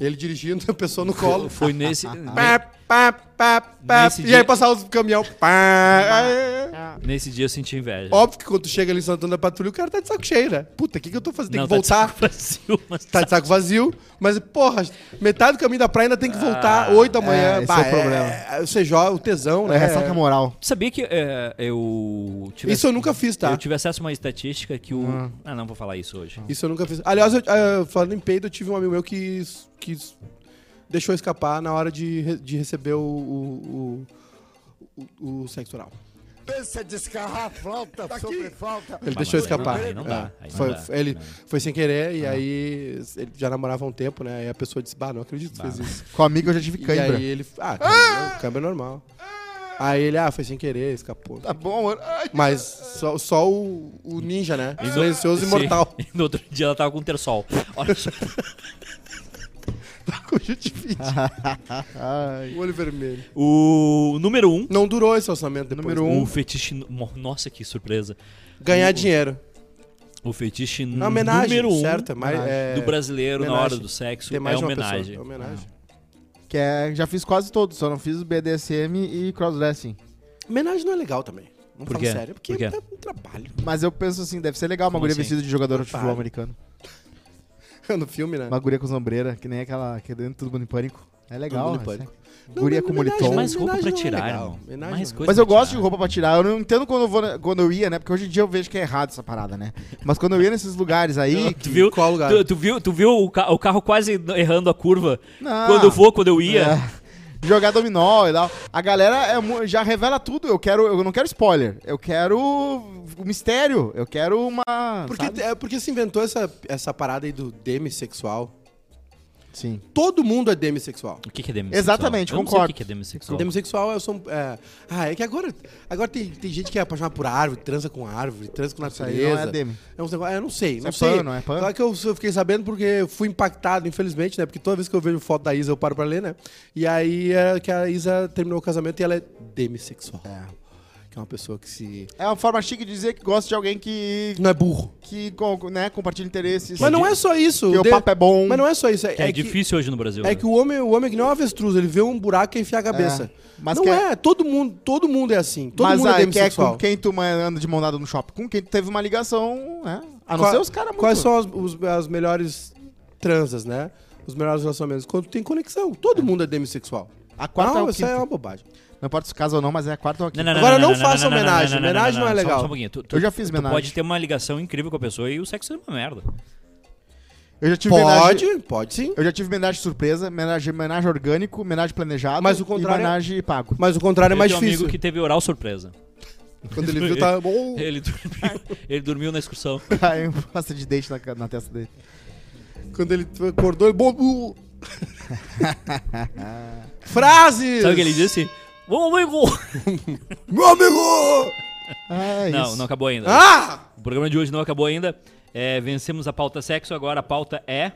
Ele dirigindo, [laughs] a pessoa no colo. Foi [laughs] nesse. Pá, pá, pá, pá. Nesse E dia- aí passava os caminhão. Pá. Nesse dia eu senti inveja. Óbvio que quando tu chega ali em Santana da Patrulha, o cara tá de saco cheio, né? Puta, o que, que eu tô fazendo? Tem que voltar. Tá desculpa, [laughs] mas Tá de saco vazio, mas, porra, metade do caminho da praia ainda tem que voltar oito da manhã. esse é o problema. Você joga o tesão, né? É ressaca moral. Tu sabia que é, eu tive Isso eu nunca fiz, tá? eu tive acesso a uma estatística que o. Ah, não vou falar isso hoje. Isso eu nunca fiz. Aliás, eu- ah, falando em peido, eu tive um amigo meu que, que deixou escapar na hora de, re- de receber o, o, o- o- o sexo oral. Pensa descarrar falta Tá sobre falta. Ele Ah, deixou mas aí não escapar. dá, aí não dá, É. aí não Foi- dá, ele né? foi sem querer e aí ele já namorava há um tempo, né? E a pessoa disse: Bah, não acredito que tu [laughs] fez isso. Com amigo eu já tive E cãibra. aí ele. Ah, câmbio, câmbio é normal. Aí ele, ah, foi sem querer, escapou. Tá bom, mano. Ai, Mas só, só o, o ninja, né? E no- Silencioso e Sim. mortal. E [laughs] no outro dia ela tava com terçol. Olha só. ai. O olho vermelho. O número um. Não durou esse orçamento depois. Número O um. fetiche. mo- Nossa, que surpresa. Ganhar dinheiro. O fetiche É uma homenagem, Hum. número um certo? Mas, é, do brasileiro na homenagem. hora do sexo Tem mais é de uma homenagem. pessoa. É homenagem. Que é, já fiz quase todos, só não fiz BDSM e crossdressing. Homenagem não é legal também. Não Ah. Por falo quê? sério. Porque Por quê? dá um trabalho. [laughs] Mas eu penso assim, deve ser legal uma Como guria assim? vestida de jogadora de futebol Otário. americano. no filme, né? Uma guria com sombreira, que nem aquela que é dentro do Todo Mundo em Pânico. É legal, Todo Mundo em né? Pânico. Não, Guria não, com homenagem, moletom. né? Mais roupa pra Homenagem não é tirar, legal. irmão. Homenagem Mais não é. coisa Mas eu pra gosto de tirar. roupa pra tirar. Eu não entendo quando eu, vou, na- quando eu ia, né? Porque hoje em dia eu vejo que é errado essa parada, né? Mas quando eu ia nesses lugares aí. Tu viu, Qual lugar? Tu, tu viu, tu viu o, ca- o carro quase errando a curva? Não. Quando eu vou, quando eu ia. É, jogar dominó e tal. A galera é mu- já revela tudo. Eu quero, eu não quero spoiler. Eu quero o mistério. Eu quero uma. sabe? Porque, é porque se inventou essa, essa parada aí do demissexual. Sim. Todo mundo é demissexual. O que, que é demissexual? Exatamente, Eu não sei concordo. o que, que é demissexual? Demissexual eu sou. É... Ah, é que agora. Agora tem, tem gente que é apaixonada por árvore, transa com árvore, transa com aí natureza. não é demi. É uns negócios. Eu não sei, não é sei. pano, é pano. Só que eu, eu fiquei sabendo porque eu fui impactado, infelizmente, né? Porque toda vez que eu vejo foto da Isa eu paro pra ler, né? E aí é que a Isa terminou o casamento e ela é demissexual. Que é uma pessoa que se. É uma forma chique de dizer que gosta de alguém que. Não é burro. que co- né, compartilha interesses. Mas não é só isso. Que o de- papo é bom. Mas não é só isso. É, Que é, é que, difícil hoje no Brasil. é né? que o homem, o homem que não é um avestruz, ele vê um buraco e enfia a cabeça. mas não que é- é, todo mundo, todo mundo é assim. Todo Mas mundo é aí, que é demissexual. com quem tu ma- anda de mão dada no shopping? Com quem tu teve uma ligação, né? A não Qual- é ser os caras muito... Quais são as, os- as melhores transas, né? Os melhores relacionamentos? Quando tem conexão. Todo mundo é demissexual. A quarta não, ou a isso aí é quinta? uma bobagem. Não importa se casa ou não, mas é a quarta ou a quinta. Agora não faça homenagem, homenagem não é Só- legal. Só, um pouquinho. Tu, tu- Eu já fiz tu homenagem. pode ter uma ligação incrível com a pessoa e o sexo é uma merda. Eu já tive Pode, homenagem- pode sim. Eu já tive homenagem surpresa, homenagem, homenagem orgânico, homenagem planejado Mas o contrário e é- homenagem pago. [laughs] Mas o contrário é mais eu tenho um difícil. amigo que teve oral surpresa. Quando [laughs] ele É. viu, tá bom. Ele [laughs] dormiu, ele dormiu na excursão. Aí eu pasta de dente na, ca- na testa dele. Quando ele acordou, ele. bom, [laughs] bom. Frases! Sabe o que ele disse? Vamos, amigo! Meu amigo! Ah, Não, isso. não acabou ainda. É Ah! O programa de hoje não acabou ainda. É, vencemos a pauta sexo, agora a pauta é.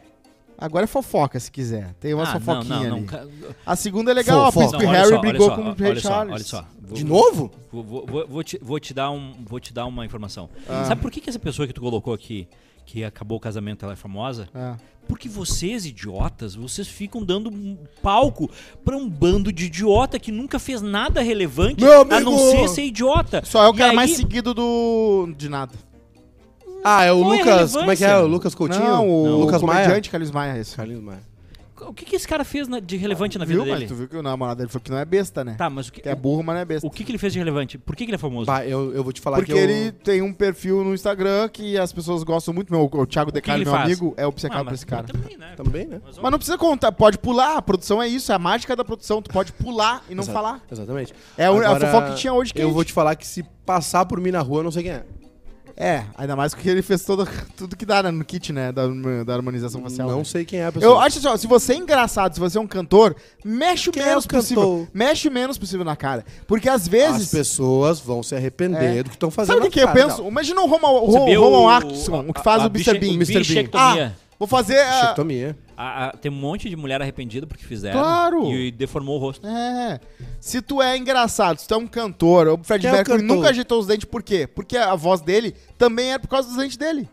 Agora é fofoca, se quiser. Tem umas Ah, não, fofoquinhas não, não. ali. ca- A segunda é legal. O Fofoca. príncipe Não, olha Harry só, olha brigou só, com o olha rei só, Charles. Olha só, Vou- De novo? Vou, vou- vou- vou te, vou te dar um, vou te dar uma informação. Ah. Sabe por que, que essa pessoa que tu colocou aqui, que acabou o casamento, ela é famosa? Ah. Porque vocês, idiotas, vocês ficam dando um palco pra um bando de idiota que nunca fez nada relevante Meu a amigo! não ser ser idiota. Só é o E cara aí- mais seguido do... de nada. Ah, é o Qual é a Lucas. como é que é? O relevância? Lucas Coutinho? Não, o, Não, Lucas o Maia. comediante Carlos Maia, isso. Carlinhos Maia. O que, que esse cara fez na- de relevante na vida Ah, Viu? Mas dele? tu viu que o namorado dele falou que não é besta, né? Tá, mas o que, Que é burro, mas não é besta. o que, que ele fez de relevante? Por que, que ele é famoso? Bah, eu, eu vou te falar Porque que eu... ele tem um perfil no Instagram que as pessoas gostam muito. Meu, o Thiago De que Carlo, ele meu faz? amigo, é Ah, obcecado por mas esse cara. Também, né? Também, né? Mas não precisa contar, pode pular. A produção é isso, é a mágica da produção. Tu pode pular e não Exa- falar. Exatamente. É a un- a Agora, fofoca que tinha hoje que Eu a vou gente- te falar que se passar por mim na rua, eu não sei quem é. É, ainda mais porque ele fez todo, [laughs] tudo que dá né, no kit, né? Da, da harmonização facial. Não né? sei quem é a pessoa. Eu acho assim, ó, se você é engraçado, se você é um cantor, mexe o Quem é menos o possível. cantor? Mexe o menos possível na cara. Porque às As vezes. pessoas vão se arrepender É. do que estão fazendo. Sabe o que, que na eu cara. penso? Imagina o Roman, o, Você vê Roman o- Atkinson, o que faz a- o Mr. Bean. Ah, Mr. Bean. bichectomia. Vou fazer. Não. a- Chectomia. A- a- tem um monte de mulher arrependida porque fizeram. Claro. E deformou o rosto. É. Se tu é engraçado, se tu é um cantor, o Fred Quem é o Mercury cantor? nunca ajeitou os dentes, por quê? Porque a voz dele também era por causa dos dentes dele.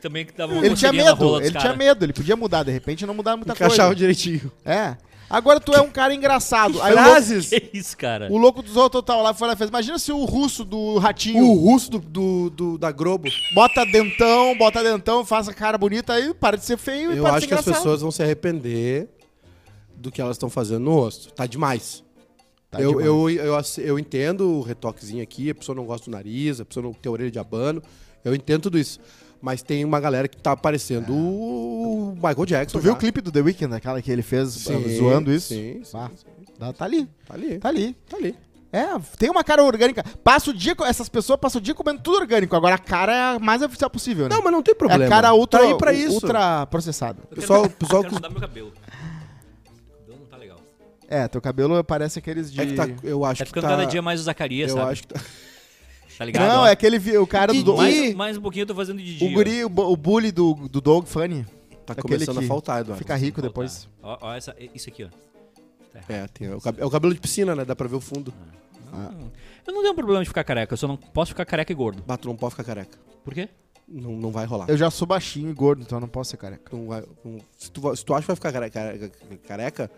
Também que dava uma Ele tinha coceguinha na rola medo, dos ele tinha cara. medo, ele podia mudar, de repente não mudar muita Encaixava coisa. direitinho. É. Agora tu é um cara engraçado. Aí o louco, [laughs] Frases. [laughs] Que isso, cara? o louco do Zorro Total lá foi lá e fez. Imagina se o russo do O ratinho russo do, do- do- da Globo. bota dentão, bota dentão, faz a cara bonita aí, para de ser feio e Eu para de ser acho que as engraçado. pessoas vão se arrepender do que elas estão fazendo no rosto. Tá demais. Tá eu, demais. eu, eu, ace- eu entendo o retoquezinho aqui, a pessoa não gosta do nariz, a pessoa não tem orelha de abano. Eu entendo tudo isso. Mas tem uma galera que tá parecendo o Michael Jackson. Tu viu já. o clipe do The Weeknd, aquela que ele fez eh, Sim, zoando isso? Sim, sim, Ah, sim. tá- tá ali, Tá ali. tá ali. Tá ali. É, tem uma cara orgânica. Passa o dia, co- essas pessoas passam o dia comendo tudo orgânico. Agora a cara é a mais oficial possível, né? Não, mas não tem problema. é a cara ultra, Tá aí pra isso. ultra processada. O Pessoal, o pessoal Eu que quero mudar meu cabelo. Então não tá legal. É, teu cabelo parece aqueles de... é que tá, eu acho Tá que ficando tá, cada dia mais o Zacarias, eu sabe? acho que tá, Tá ligado? Não, é aquele vi- o cara do... Didi. Mais- mais, mais um pouquinho eu tô fazendo de o guri, o, bo- o bully do, do Doug Funny. tá Aquele começando a que faltar, Eduardo. Fica rico depois. Ó, ó essa, isso aqui, ó. É, tem- é o cab- é o cabelo de piscina, né? Dá pra ver o fundo. É. Eu não tenho problema de ficar careca, eu só não posso ficar careca e gordo. Bato, não pode ficar careca. Por quê? Não, não vai rolar. Eu já sou baixinho e gordo, então eu não posso ser careca. Não vai- não- se, tu, va- se tu acha que vai ficar careca. careca, careca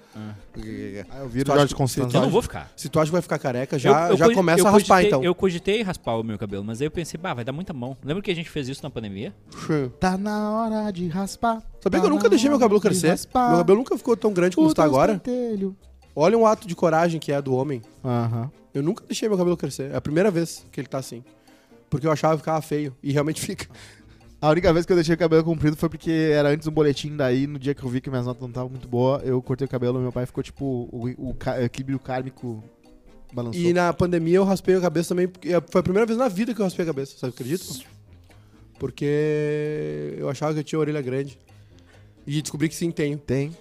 Ah, eu viro Tu acha Jorge que- Constanzo. tu Eu não acha- vou ficar. Se tu acha que vai ficar careca, já, Eu- eu já cogi- começa eu a raspar, cogitei- então. Eu cogitei raspar o meu cabelo, mas aí eu pensei, bah, vai dar muita mão. Lembra que a gente fez isso na pandemia? Tá na hora de raspar. Sabia tá que eu nunca na deixei meu hora cabelo de crescer? raspar Meu cabelo nunca ficou tão grande como o está teu agora. pentelho. Olha um ato de coragem que é do homem. Aham. Eu nunca deixei meu cabelo crescer. É a primeira vez que ele tá assim. Porque eu achava que ficava feio. E realmente [laughs] fica. A única vez que eu deixei o cabelo comprido foi porque era antes um boletim, daí no dia que eu vi que minhas notas não estavam muito boas, eu cortei o cabelo e meu pai ficou tipo, o, o, ca- equilíbrio kármico balançou. E na pandemia eu raspei a cabeça também. porque Foi a primeira vez na vida que eu raspei a cabeça, sabe? Acredito? Porque eu achava que eu tinha a orelha grande. E descobri que sim, tenho. Tem.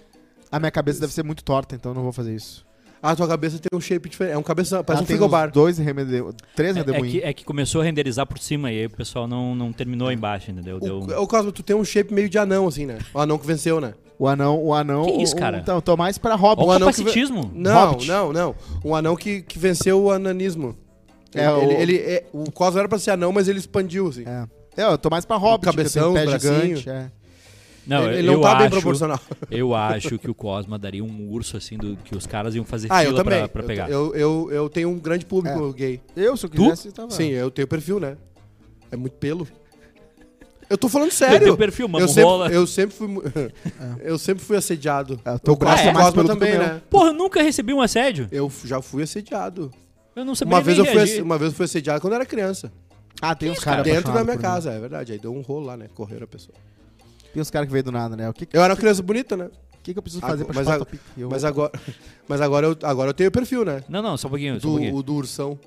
A minha cabeça deve ser muito torta, então eu não vou fazer isso. Ah, tua cabeça tem um shape diferente. É um cabeção, parece Ela um tem frigobar. uns Dois remede... Três É, é redemoinhos. que, é que começou a renderizar por cima e aí o pessoal não, não terminou embaixo, entendeu? Deu... O, o Cosmo, tu tem um shape meio de anão, assim, né? O anão que venceu, né? O anão, o anão. Que isso, o- o- cara? Então, eu tô mais pra Hobbit. Ó um o anão que capacitismo. Não, Hobbit. não, não. Um anão que, que venceu o ananismo. É, ele, o- o... Ele, é- o Cosmo era pra ser anão, mas ele expandiu, assim. É. É, eu tô mais pra Hobbit. que tem cabeção, pé os bracinhos. gigante. É. Não, ele, eu, ele não tá acho, bem proporcional. Eu acho que o Cosma daria um urso assim do que os caras iam fazer Ah, eu fila também. pra, pra Eu- pegar. Eu, eu, eu tenho um grande público gay. Eu, se eu quisesse, tava. Sim, eu tenho perfil, né? É muito pelo. Eu tô falando Eu sério. tenho perfil, é eu mamorrola. sempre, eu sempre [laughs] fui. mu- Ah. eu sempre fui assediado. É, o teu O Cosmo- braço é o mais Cosmo peludo que o também, meu. né? Porra, eu nunca recebi um assédio. Eu f- já fui assediado. Eu não sabia Uma vez, eu nem fui, ass- reagir. uma vez eu fui assediado quando eu era criança. Ah, tem uns caras. dentro da apaixonados minha por mim. casa, é verdade. Aí deu um rolo lá, né? Correram a pessoa. Tem uns caras que veio do nada, né? O que, que, Eu era uma criança bonita, né? que eu preciso fazer Ago- pra mas chupar ago- tua pica? Eu- Mas agora, [laughs] mas agora, eu, agora eu tenho perfil, né? Não, não, só um pouquinho, só um Do, pouquinho. o do ursão.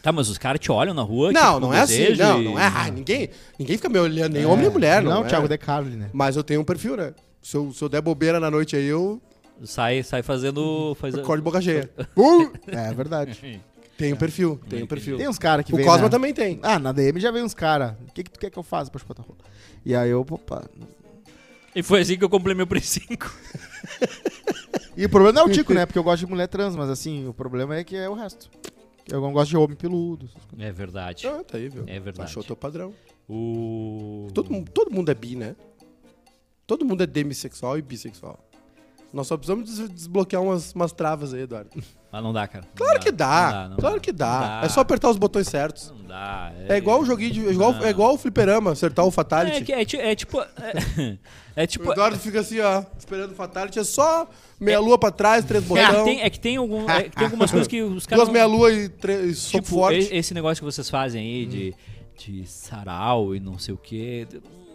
Tá, mas os caras te olham na rua. Não, tipo, não com é assim. desejo Não, e- não é. Ah, ninguém, ninguém fica me olhando, nem homem nem mulher, não. Não, é. Thiago De Carli, né? Mas eu tenho um perfil, né? Se eu, se eu der bobeira na noite aí, eu Sai, sai fazendo. Faz... acordo de boca cheia. [laughs] É verdade. Tenho um perfil, tenho perfil. um Tem uns caras que O vem Cosma na- né? também tem. Ah, na DM já vem uns caras. O que, que tu quer que eu faça pra chupar tua rola? E aí eu, opa. E foi assim que eu comprei meu Play 5. E o problema não é o Tico, né? Porque eu gosto de mulher trans, mas assim, o problema é que é o resto. Eu não gosto de homem peludo. essas coisas. [laughs] É verdade. Ah, tá aí, viu? É verdade. Achou teu padrão. O. Todo, mu- todo mundo é bi, né? Todo mundo é demissexual e bissexual. Nós só precisamos des- desbloquear umas, umas travas aí, Eduardo. Ah, não dá, cara. Não Claro que dá. não claro que dá. não É só apertar os botões certos. Não dá. É igual o joguinho de. É igual, é igual o fliperama, acertar o Fatality. É, que- é, ti- é [laughs] tipo. É, [laughs] é tipo. O Eduardo fica assim, ó, esperando o Fatality. É só meia lua pra trás, três [laughs] É, que botão. tem, é que tem, algum, é que tem algumas coisas que os caras. Duas não- meia lua e, tre- e soco Tipo, forte. Hum. e- esse negócio que vocês fazem aí de, de sarau e não sei o quê.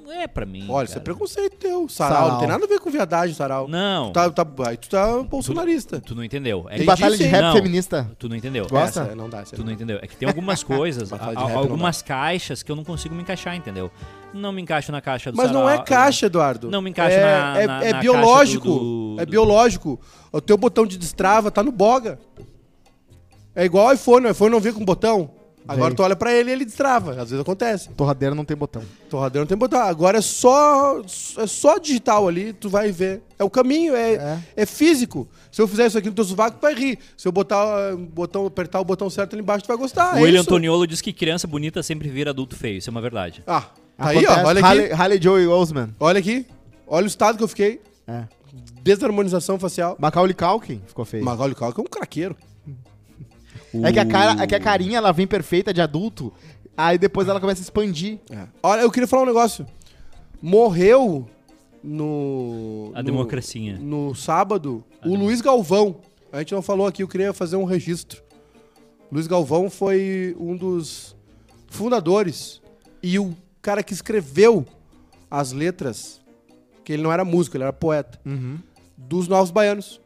não é pra mim. Olha, isso é cara. preconceito teu. Sarau, não Sarau. tem nada a ver com viadagem, sarau. Não. Tá, tá, aí tu tá bolsonarista. Tu não entendeu. É E que- batalha de sim. rap Não. feminista. Tu não entendeu. Gosto. Gosta? Essa, não dá, essa Tu não não entendeu. É que tem [laughs] algumas coisas, a- Batalha de a- rap não algumas caixas que eu não consigo me encaixar, entendeu? Não me encaixo na caixa do Mas não é sarau- caixa, Eduardo. Não me encaixa é, na- é, na- é na biológico. caixa do- do- É do- biológico. O teu botão de destrava tá no boga. É igual o iPhone. O iPhone não vem com botão. Agora Vem. tu olha pra ele e ele destrava. Às vezes acontece. Torradeira não tem botão. Torradeira não tem botão. Agora é só, é só digital ali, tu vai ver. É o caminho, é, é. físico. Se eu fizer isso aqui no teu sovaco, tu vai rir. Se eu botar o botão, apertar o botão certo ali embaixo, tu vai gostar. O é William isso. Antoniolo diz que criança bonita sempre vira adulto feio. Isso é uma verdade. Ah, tá aí, ó. Acontece. Olha aqui. Harley, Harley Joey Osman. Olha aqui. Olha o estado que eu fiquei. É. Desarmonização facial. Macaulay Culkin ficou feio. Magali Calca é um craqueiro. É que, a cara, Uh. é que a carinha ela vem perfeita de adulto, aí depois ela começa a expandir. Olha, eu queria falar um negócio. Morreu no. A no- democracinha. No sábado, o Luiz Galvão. A gente não falou aqui, eu queria fazer um registro. Luiz Galvão foi um dos fundadores e o cara que escreveu as letras, que ele não era músico, ele era poeta, dos Novos Baianos.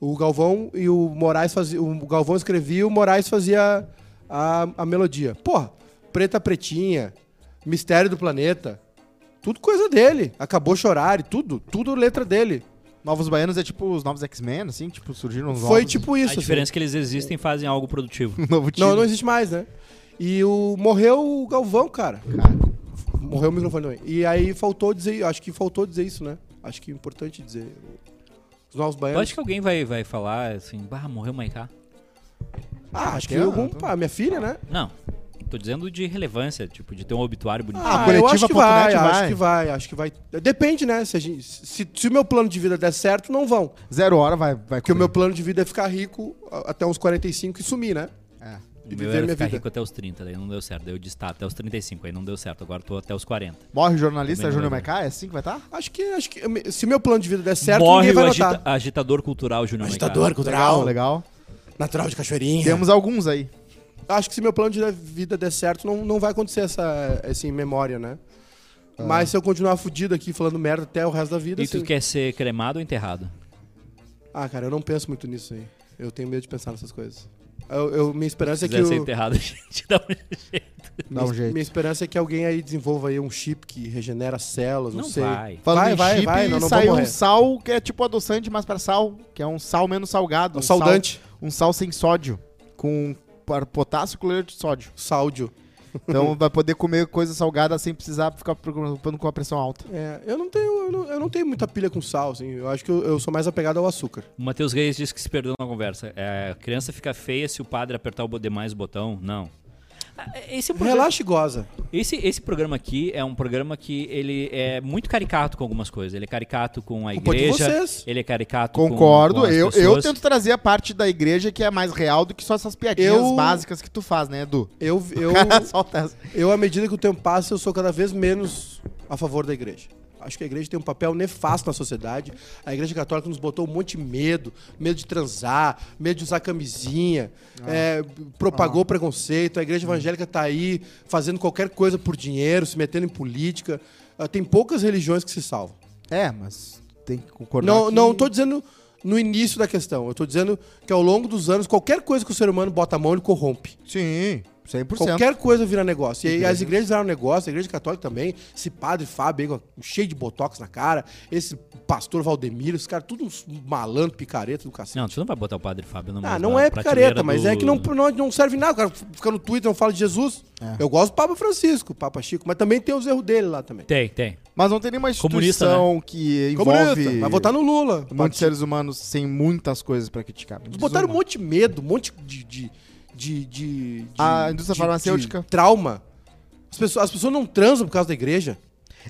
O Galvão e o Moraes fazia, o Galvão escrevia, o Moraes fazia a, a melodia. Porra, Preta Pretinha, Mistério do Planeta, tudo coisa dele. Acabou chorar e tudo, tudo letra dele. Novos Baianos é tipo os novos X-Men, assim, tipo, surgiram os Foi novos. tipo A isso. assim. diferença é que eles existem e fazem algo produtivo. um novo time. Não, não existe mais, né? E o morreu o Galvão, cara. Cara. Morreu o microfone também. E aí faltou dizer, acho que faltou dizer isso, né? Acho que é importante dizer. Os novos Eu baianos. acho que alguém vai, vai falar assim, bah, morreu o Maiká. Ah, acho que Tem, algum, né? pá, minha filha, né? Não. Tô dizendo de relevância, tipo, de ter um obituário bonito. Ah, eu coletiva acho que ponto vai, net acho vai. que vai, acho que vai. Depende, né? Se, a gente- se- se o meu plano de vida der certo, não vão. Zero hora vai. vai Porque o comer. meu plano de vida é ficar rico a- até uns 45 e sumir, né? É. o meu viver era minha ficar vida. rico até os 30, daí não deu certo. Daí eu disse, tá, até os 35, aí não deu certo. Agora tô até os 40. Morre o jornalista Também Júnior não. Maiká, é assim que vai estar? Acho que, acho que se meu plano de vida der certo, Morre ninguém o vai agita- notar. agitador cultural Júnior Maiká. Legal, legal. natural de cachoeirinha. Temos alguns aí. um acho que se meu plano de vida der certo, não, não vai acontecer essa, essa em memória, né? Mas se eu continuar fudido aqui falando merda até o resto da vida. Ah. E tu assim- quer ser cremado ou enterrado? Ah, cara, eu não penso muito nisso aí. Eu tenho medo de pensar nessas coisas. Eu, eu- minha Se esperança é que. quiser ser Eu, enterrado, [laughs] a gente dá um jeito. Dá um minha, jeito. minha esperança é que alguém aí desenvolva aí um chip que regenera células, não, Não sei. vai. Falando Vai, em vai, chip, vai, não, não vou saiu um morrer. sal que é tipo adoçante, mas pra sal, que é um sal menos salgado. Um saudante. Sal, um sal sem sódio, com par- potássio e cloreto de sódio. Sáudio. Então vai poder comer coisa salgada sem precisar ficar preocupando com a pressão alta. É, eu não tenho. Eu não, eu não tenho muita pilha com sal, assim. Eu acho que eu, eu sou mais apegado ao açúcar. O Matheus Reis disse que se perdeu na conversa. É, a criança fica feia se o padre apertar o bo- demais o botão? Não. Ah, Esse, é um programa, Relaxa e goza. esse, esse programa aqui é um programa que ele é muito caricato com algumas coisas. Ele é caricato com a Com o de igreja. vocês. Ele é caricato com- Concordo, com as eu, eu pessoas. tento trazer a parte da igreja que é mais real do que só essas piadinhas Eu- básicas que tu faz, né, Edu? Eu, eu, [laughs] Solta essa. Eu, à medida que o tempo passa, eu sou cada vez menos a favor da igreja. Acho que a igreja tem um papel nefasto na sociedade. A igreja católica nos botou um monte de medo. Medo de transar, medo de usar camisinha. é, propagou preconceito. A igreja evangélica tá aí fazendo qualquer coisa por dinheiro, se metendo em política. Ah, Tem poucas religiões que se salvam. É, mas tem que concordar. Não, que- não tô dizendo no início da questão. Eu tô dizendo que ao longo dos anos, qualquer coisa que o ser humano bota a mão, ele corrompe. Sim, 100%. Qualquer coisa vira negócio. E aí as igrejas viraram negócio, a igreja católica também. Esse padre Fábio aí, com- cheio de botox na cara. Esse pastor Valdemiro, esse cara, tudo uns malandro, picareta do cacete. Não, tu não vai botar o padre Fábio numa Ah, na não é prateleira picareta, mas do- é que não, não, não serve nada. O cara fica no Twitter, não fala de Jesus. Eu gosto do Papa Francisco, Papa Chico, mas também tem os erros dele lá também. [laughs] Tem, tem. Mas não tem nenhuma Comunista, instituição que Comunista, envolve um vai votar no Lula. muitos seres humanos sem muitas coisas pra criticar. Eles botaram um monte de medo, um monte de. de, de, de- A indústria farmacêutica. de trauma. As pessoas, as pessoas não transam por causa da igreja.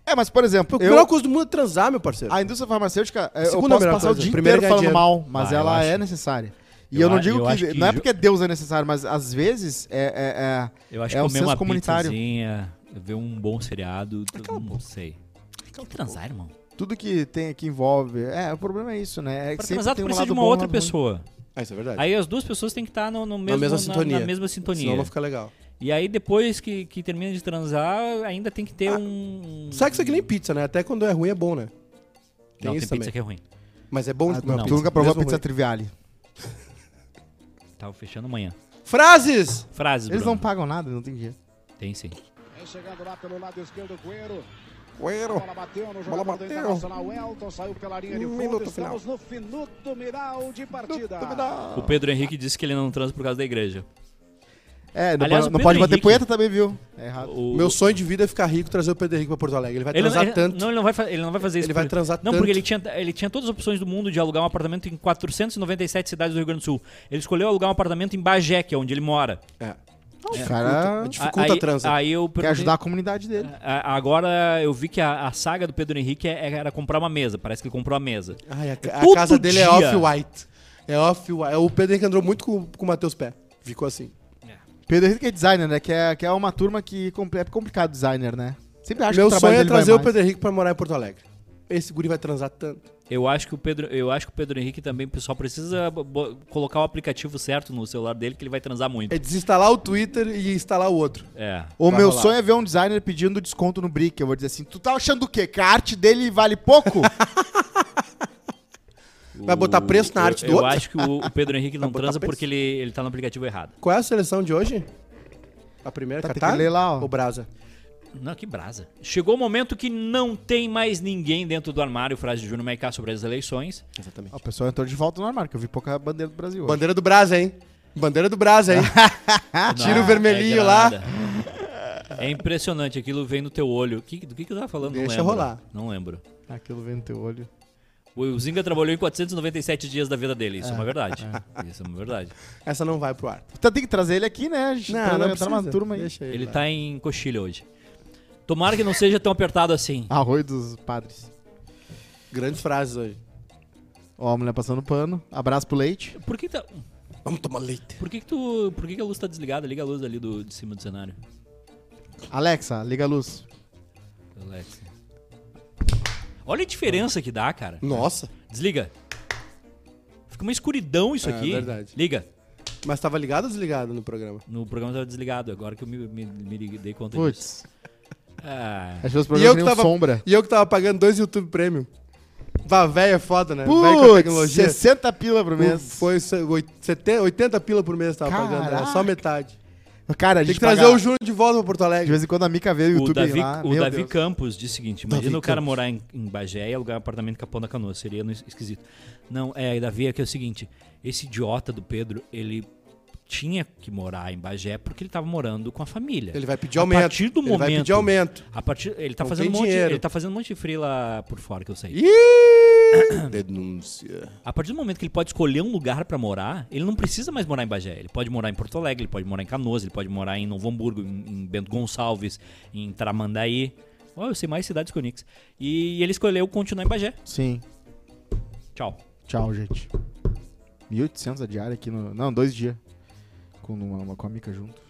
É, mas por exemplo, A eu- melhor coisa do mundo é transar, meu parceiro. a indústria farmacêutica, é, eu Segunda posso melhor passar coisa, o dia primeiro inteiro falando ganhar mal, mas Ah, eu ela é acho. necessária. E Eu eu, não a- digo eu acho que, que Não é ju- porque Deus é necessário, mas às vezes é. é, é Eu acho é que um comer senso uma comunitário. pizzazinha, ver um bom seriado, não sei. Tem que transar, irmão. Tudo É que tem que envolve. É, o problema é isso, né? É que Pra sempre transar, tu tem um precisa lado de uma bom, um outra lado ruim. pessoa. Ah, isso é verdade. Aí as duas pessoas têm que estar no, no mesmo, mesma na, sintonia. na mesma sintonia. Senão não fica legal. E aí depois que, que termina de transar, ainda tem que Ah, ter um... Sexo é que nem pizza, né? Até quando é ruim é bom, né? Tem Não, tem isso pizza também. que é ruim. Mas é bom de Ah, comer uma não. Tu pizza. nunca provou mesmo pizza ruim. triviale. Tava Tá fechando amanhã. Frases! Frases, Eles não Bruno. pagam nada, não tem dinheiro. Tem sim. Vem chegando lá pelo lado esquerdo, Coelho. Coelho. Bola bateu no jogador do bateu. Internacional, Elton. Saiu pela linha de Um fundo. minuto Estamos no finuto miral de partida. Ah. O Pedro Henrique disse que ele não transa por causa da igreja. É, não, Aliás, pode- o não Pedro pode bater Henrique- punheta também, viu? É errado. O... Meu sonho de vida é ficar rico e trazer o Pedro Henrique pra Porto Alegre. Ele vai Ele, transar é- ele- tanto. Não, ele não vai, fa- ele não vai fazer isso. Ele vai porque- transar Não, tanto. porque ele tinha, ele tinha todas as opções do mundo de alugar um apartamento em 497 cidades do Rio Grande do Sul. Ele escolheu alugar um apartamento em Bagé, que é onde ele mora. É. o cara Dificulta aí, a transa. Aí eu quer perguntei- ajudar a comunidade dele. A- Agora eu vi que a, a saga do Pedro Henrique é- é- era comprar uma mesa. Parece que ele comprou a mesa. Ai, a, ca- a Todo casa dele é dia. off-white. É off-white. O Pedro Henrique andou muito com, com o Matheus Pé. Ficou assim. Pedro Henrique é designer, né? Que é, que é uma turma que compl- é complicado designer, né? Sempre acho Meu que o sonho trabalho é dele vai trazer o mais. Pedro Henrique pra morar em Porto Alegre. Esse guri vai transar tanto. Eu acho que o Pedro, eu acho que o Pedro Henrique também só precisa bo- bo- colocar o aplicativo certo no celular dele que ele vai transar muito. É desinstalar o Twitter e instalar o outro. É. O Vai meu rolar. sonho é ver um designer pedindo desconto no Brick. Eu vou dizer assim, tu tá achando o quê? Que a arte dele vale [laughs] pouco? Vai botar preço na Eu- arte do eu outro? acho que o, o [laughs] Pedro Henrique não botar transa preço? porque ele, ele tá no aplicativo errado. Qual é a seleção de hoje? A primeira, Tá, tem Catar? que ler lá, ó. Ou Brasa? Não, que brasa. Chegou o momento que não tem mais ninguém dentro do armário, frase de Júnior Maiká sobre as eleições. Exatamente. Ó, o pessoal entrou de volta no armário, que eu vi pouca bandeira do Brasil hoje. Bandeira do Brasa, hein? Bandeira do Brasa, hein? Ah, Tira o Não, vermelhinho é lá. granada. É impressionante, aquilo vem no teu olho. Que- do que, que eu tava falando? Deixa não lembro. rolar. Não lembro. Aquilo vem no teu olho. O Zinga trabalhou em 497 dias da vida dele, isso é, [laughs] uma verdade. Isso é uma verdade. [laughs] Essa não vai pro ar. Então tem que trazer ele aqui, né? A gente Não, tra- não entrar numa precisa. turma aí. Deixa ele. Ele lá. tá em coxilha hoje. Tomara que não seja tão apertado assim. Arroio dos padres. Grandes frases hoje. Ó, a mulher passando pano. Abraço pro leite. Por que, tá- Vamos tomar leite. por que, que tu. Por que, que a luz tá desligada? Liga a luz ali do, de cima do cenário. Alexa, liga a luz. Alexa. Olha a diferença que dá, cara. Nossa. Desliga. Fica uma escuridão isso É, aqui. verdade. Liga. Mas tava ligado ou desligado no programa? No programa tava desligado, agora que eu me, me, me liguei- dei conta Putz. disso. Ah, Achei os E É. eu, programas que meio tava, sombra. e eu que tava pagando dois YouTube Premium. Vá, velho é foda, né? Véio com Putz, tecnologia. 60 pila por Pô, mês. Foi se- oit- 70, 80 pila por mês tava pagando, era só Caraca. metade. Cara, a Tem gente que trazer paga- o Júnior de volta pra Porto De Alegre. vez em quando a Mica vê o o YouTube Davi, lá. o meu Davi Deus. Campos disse o seguinte: Davi imagina o cara Campos. morar em, em Bagé e alugar um apartamento em Capão da Canoa, seria no- esquisito. Não, é, Davi, é que é o seguinte: esse idiota do Pedro, ele tinha que morar em Bagé porque ele tava morando com a família. Ele vai pedir A aumento. partir do ele vai momento- pedir aumento. A partir, ele tá Não fazendo um tem monte, dinheiro. ele tá fazendo um monte de frila por fora que eu sei. Ih, [coughs] denúncia. A partir do momento que ele pode escolher um lugar pra morar, ele não precisa mais morar em Bagé. Ele pode morar em Porto Alegre, ele pode morar em Canoas, ele pode morar em Novo Hamburgo, em, em Bento Gonçalves, em Tramandaí. Ó, eu sei mais cidades que o Nix. E ele escolheu continuar em Bagé. Sim. Tchau. Tchau, gente. 1.800 a diária aqui no. Não, dois dias. Com, uma, uma- com a Mica junto.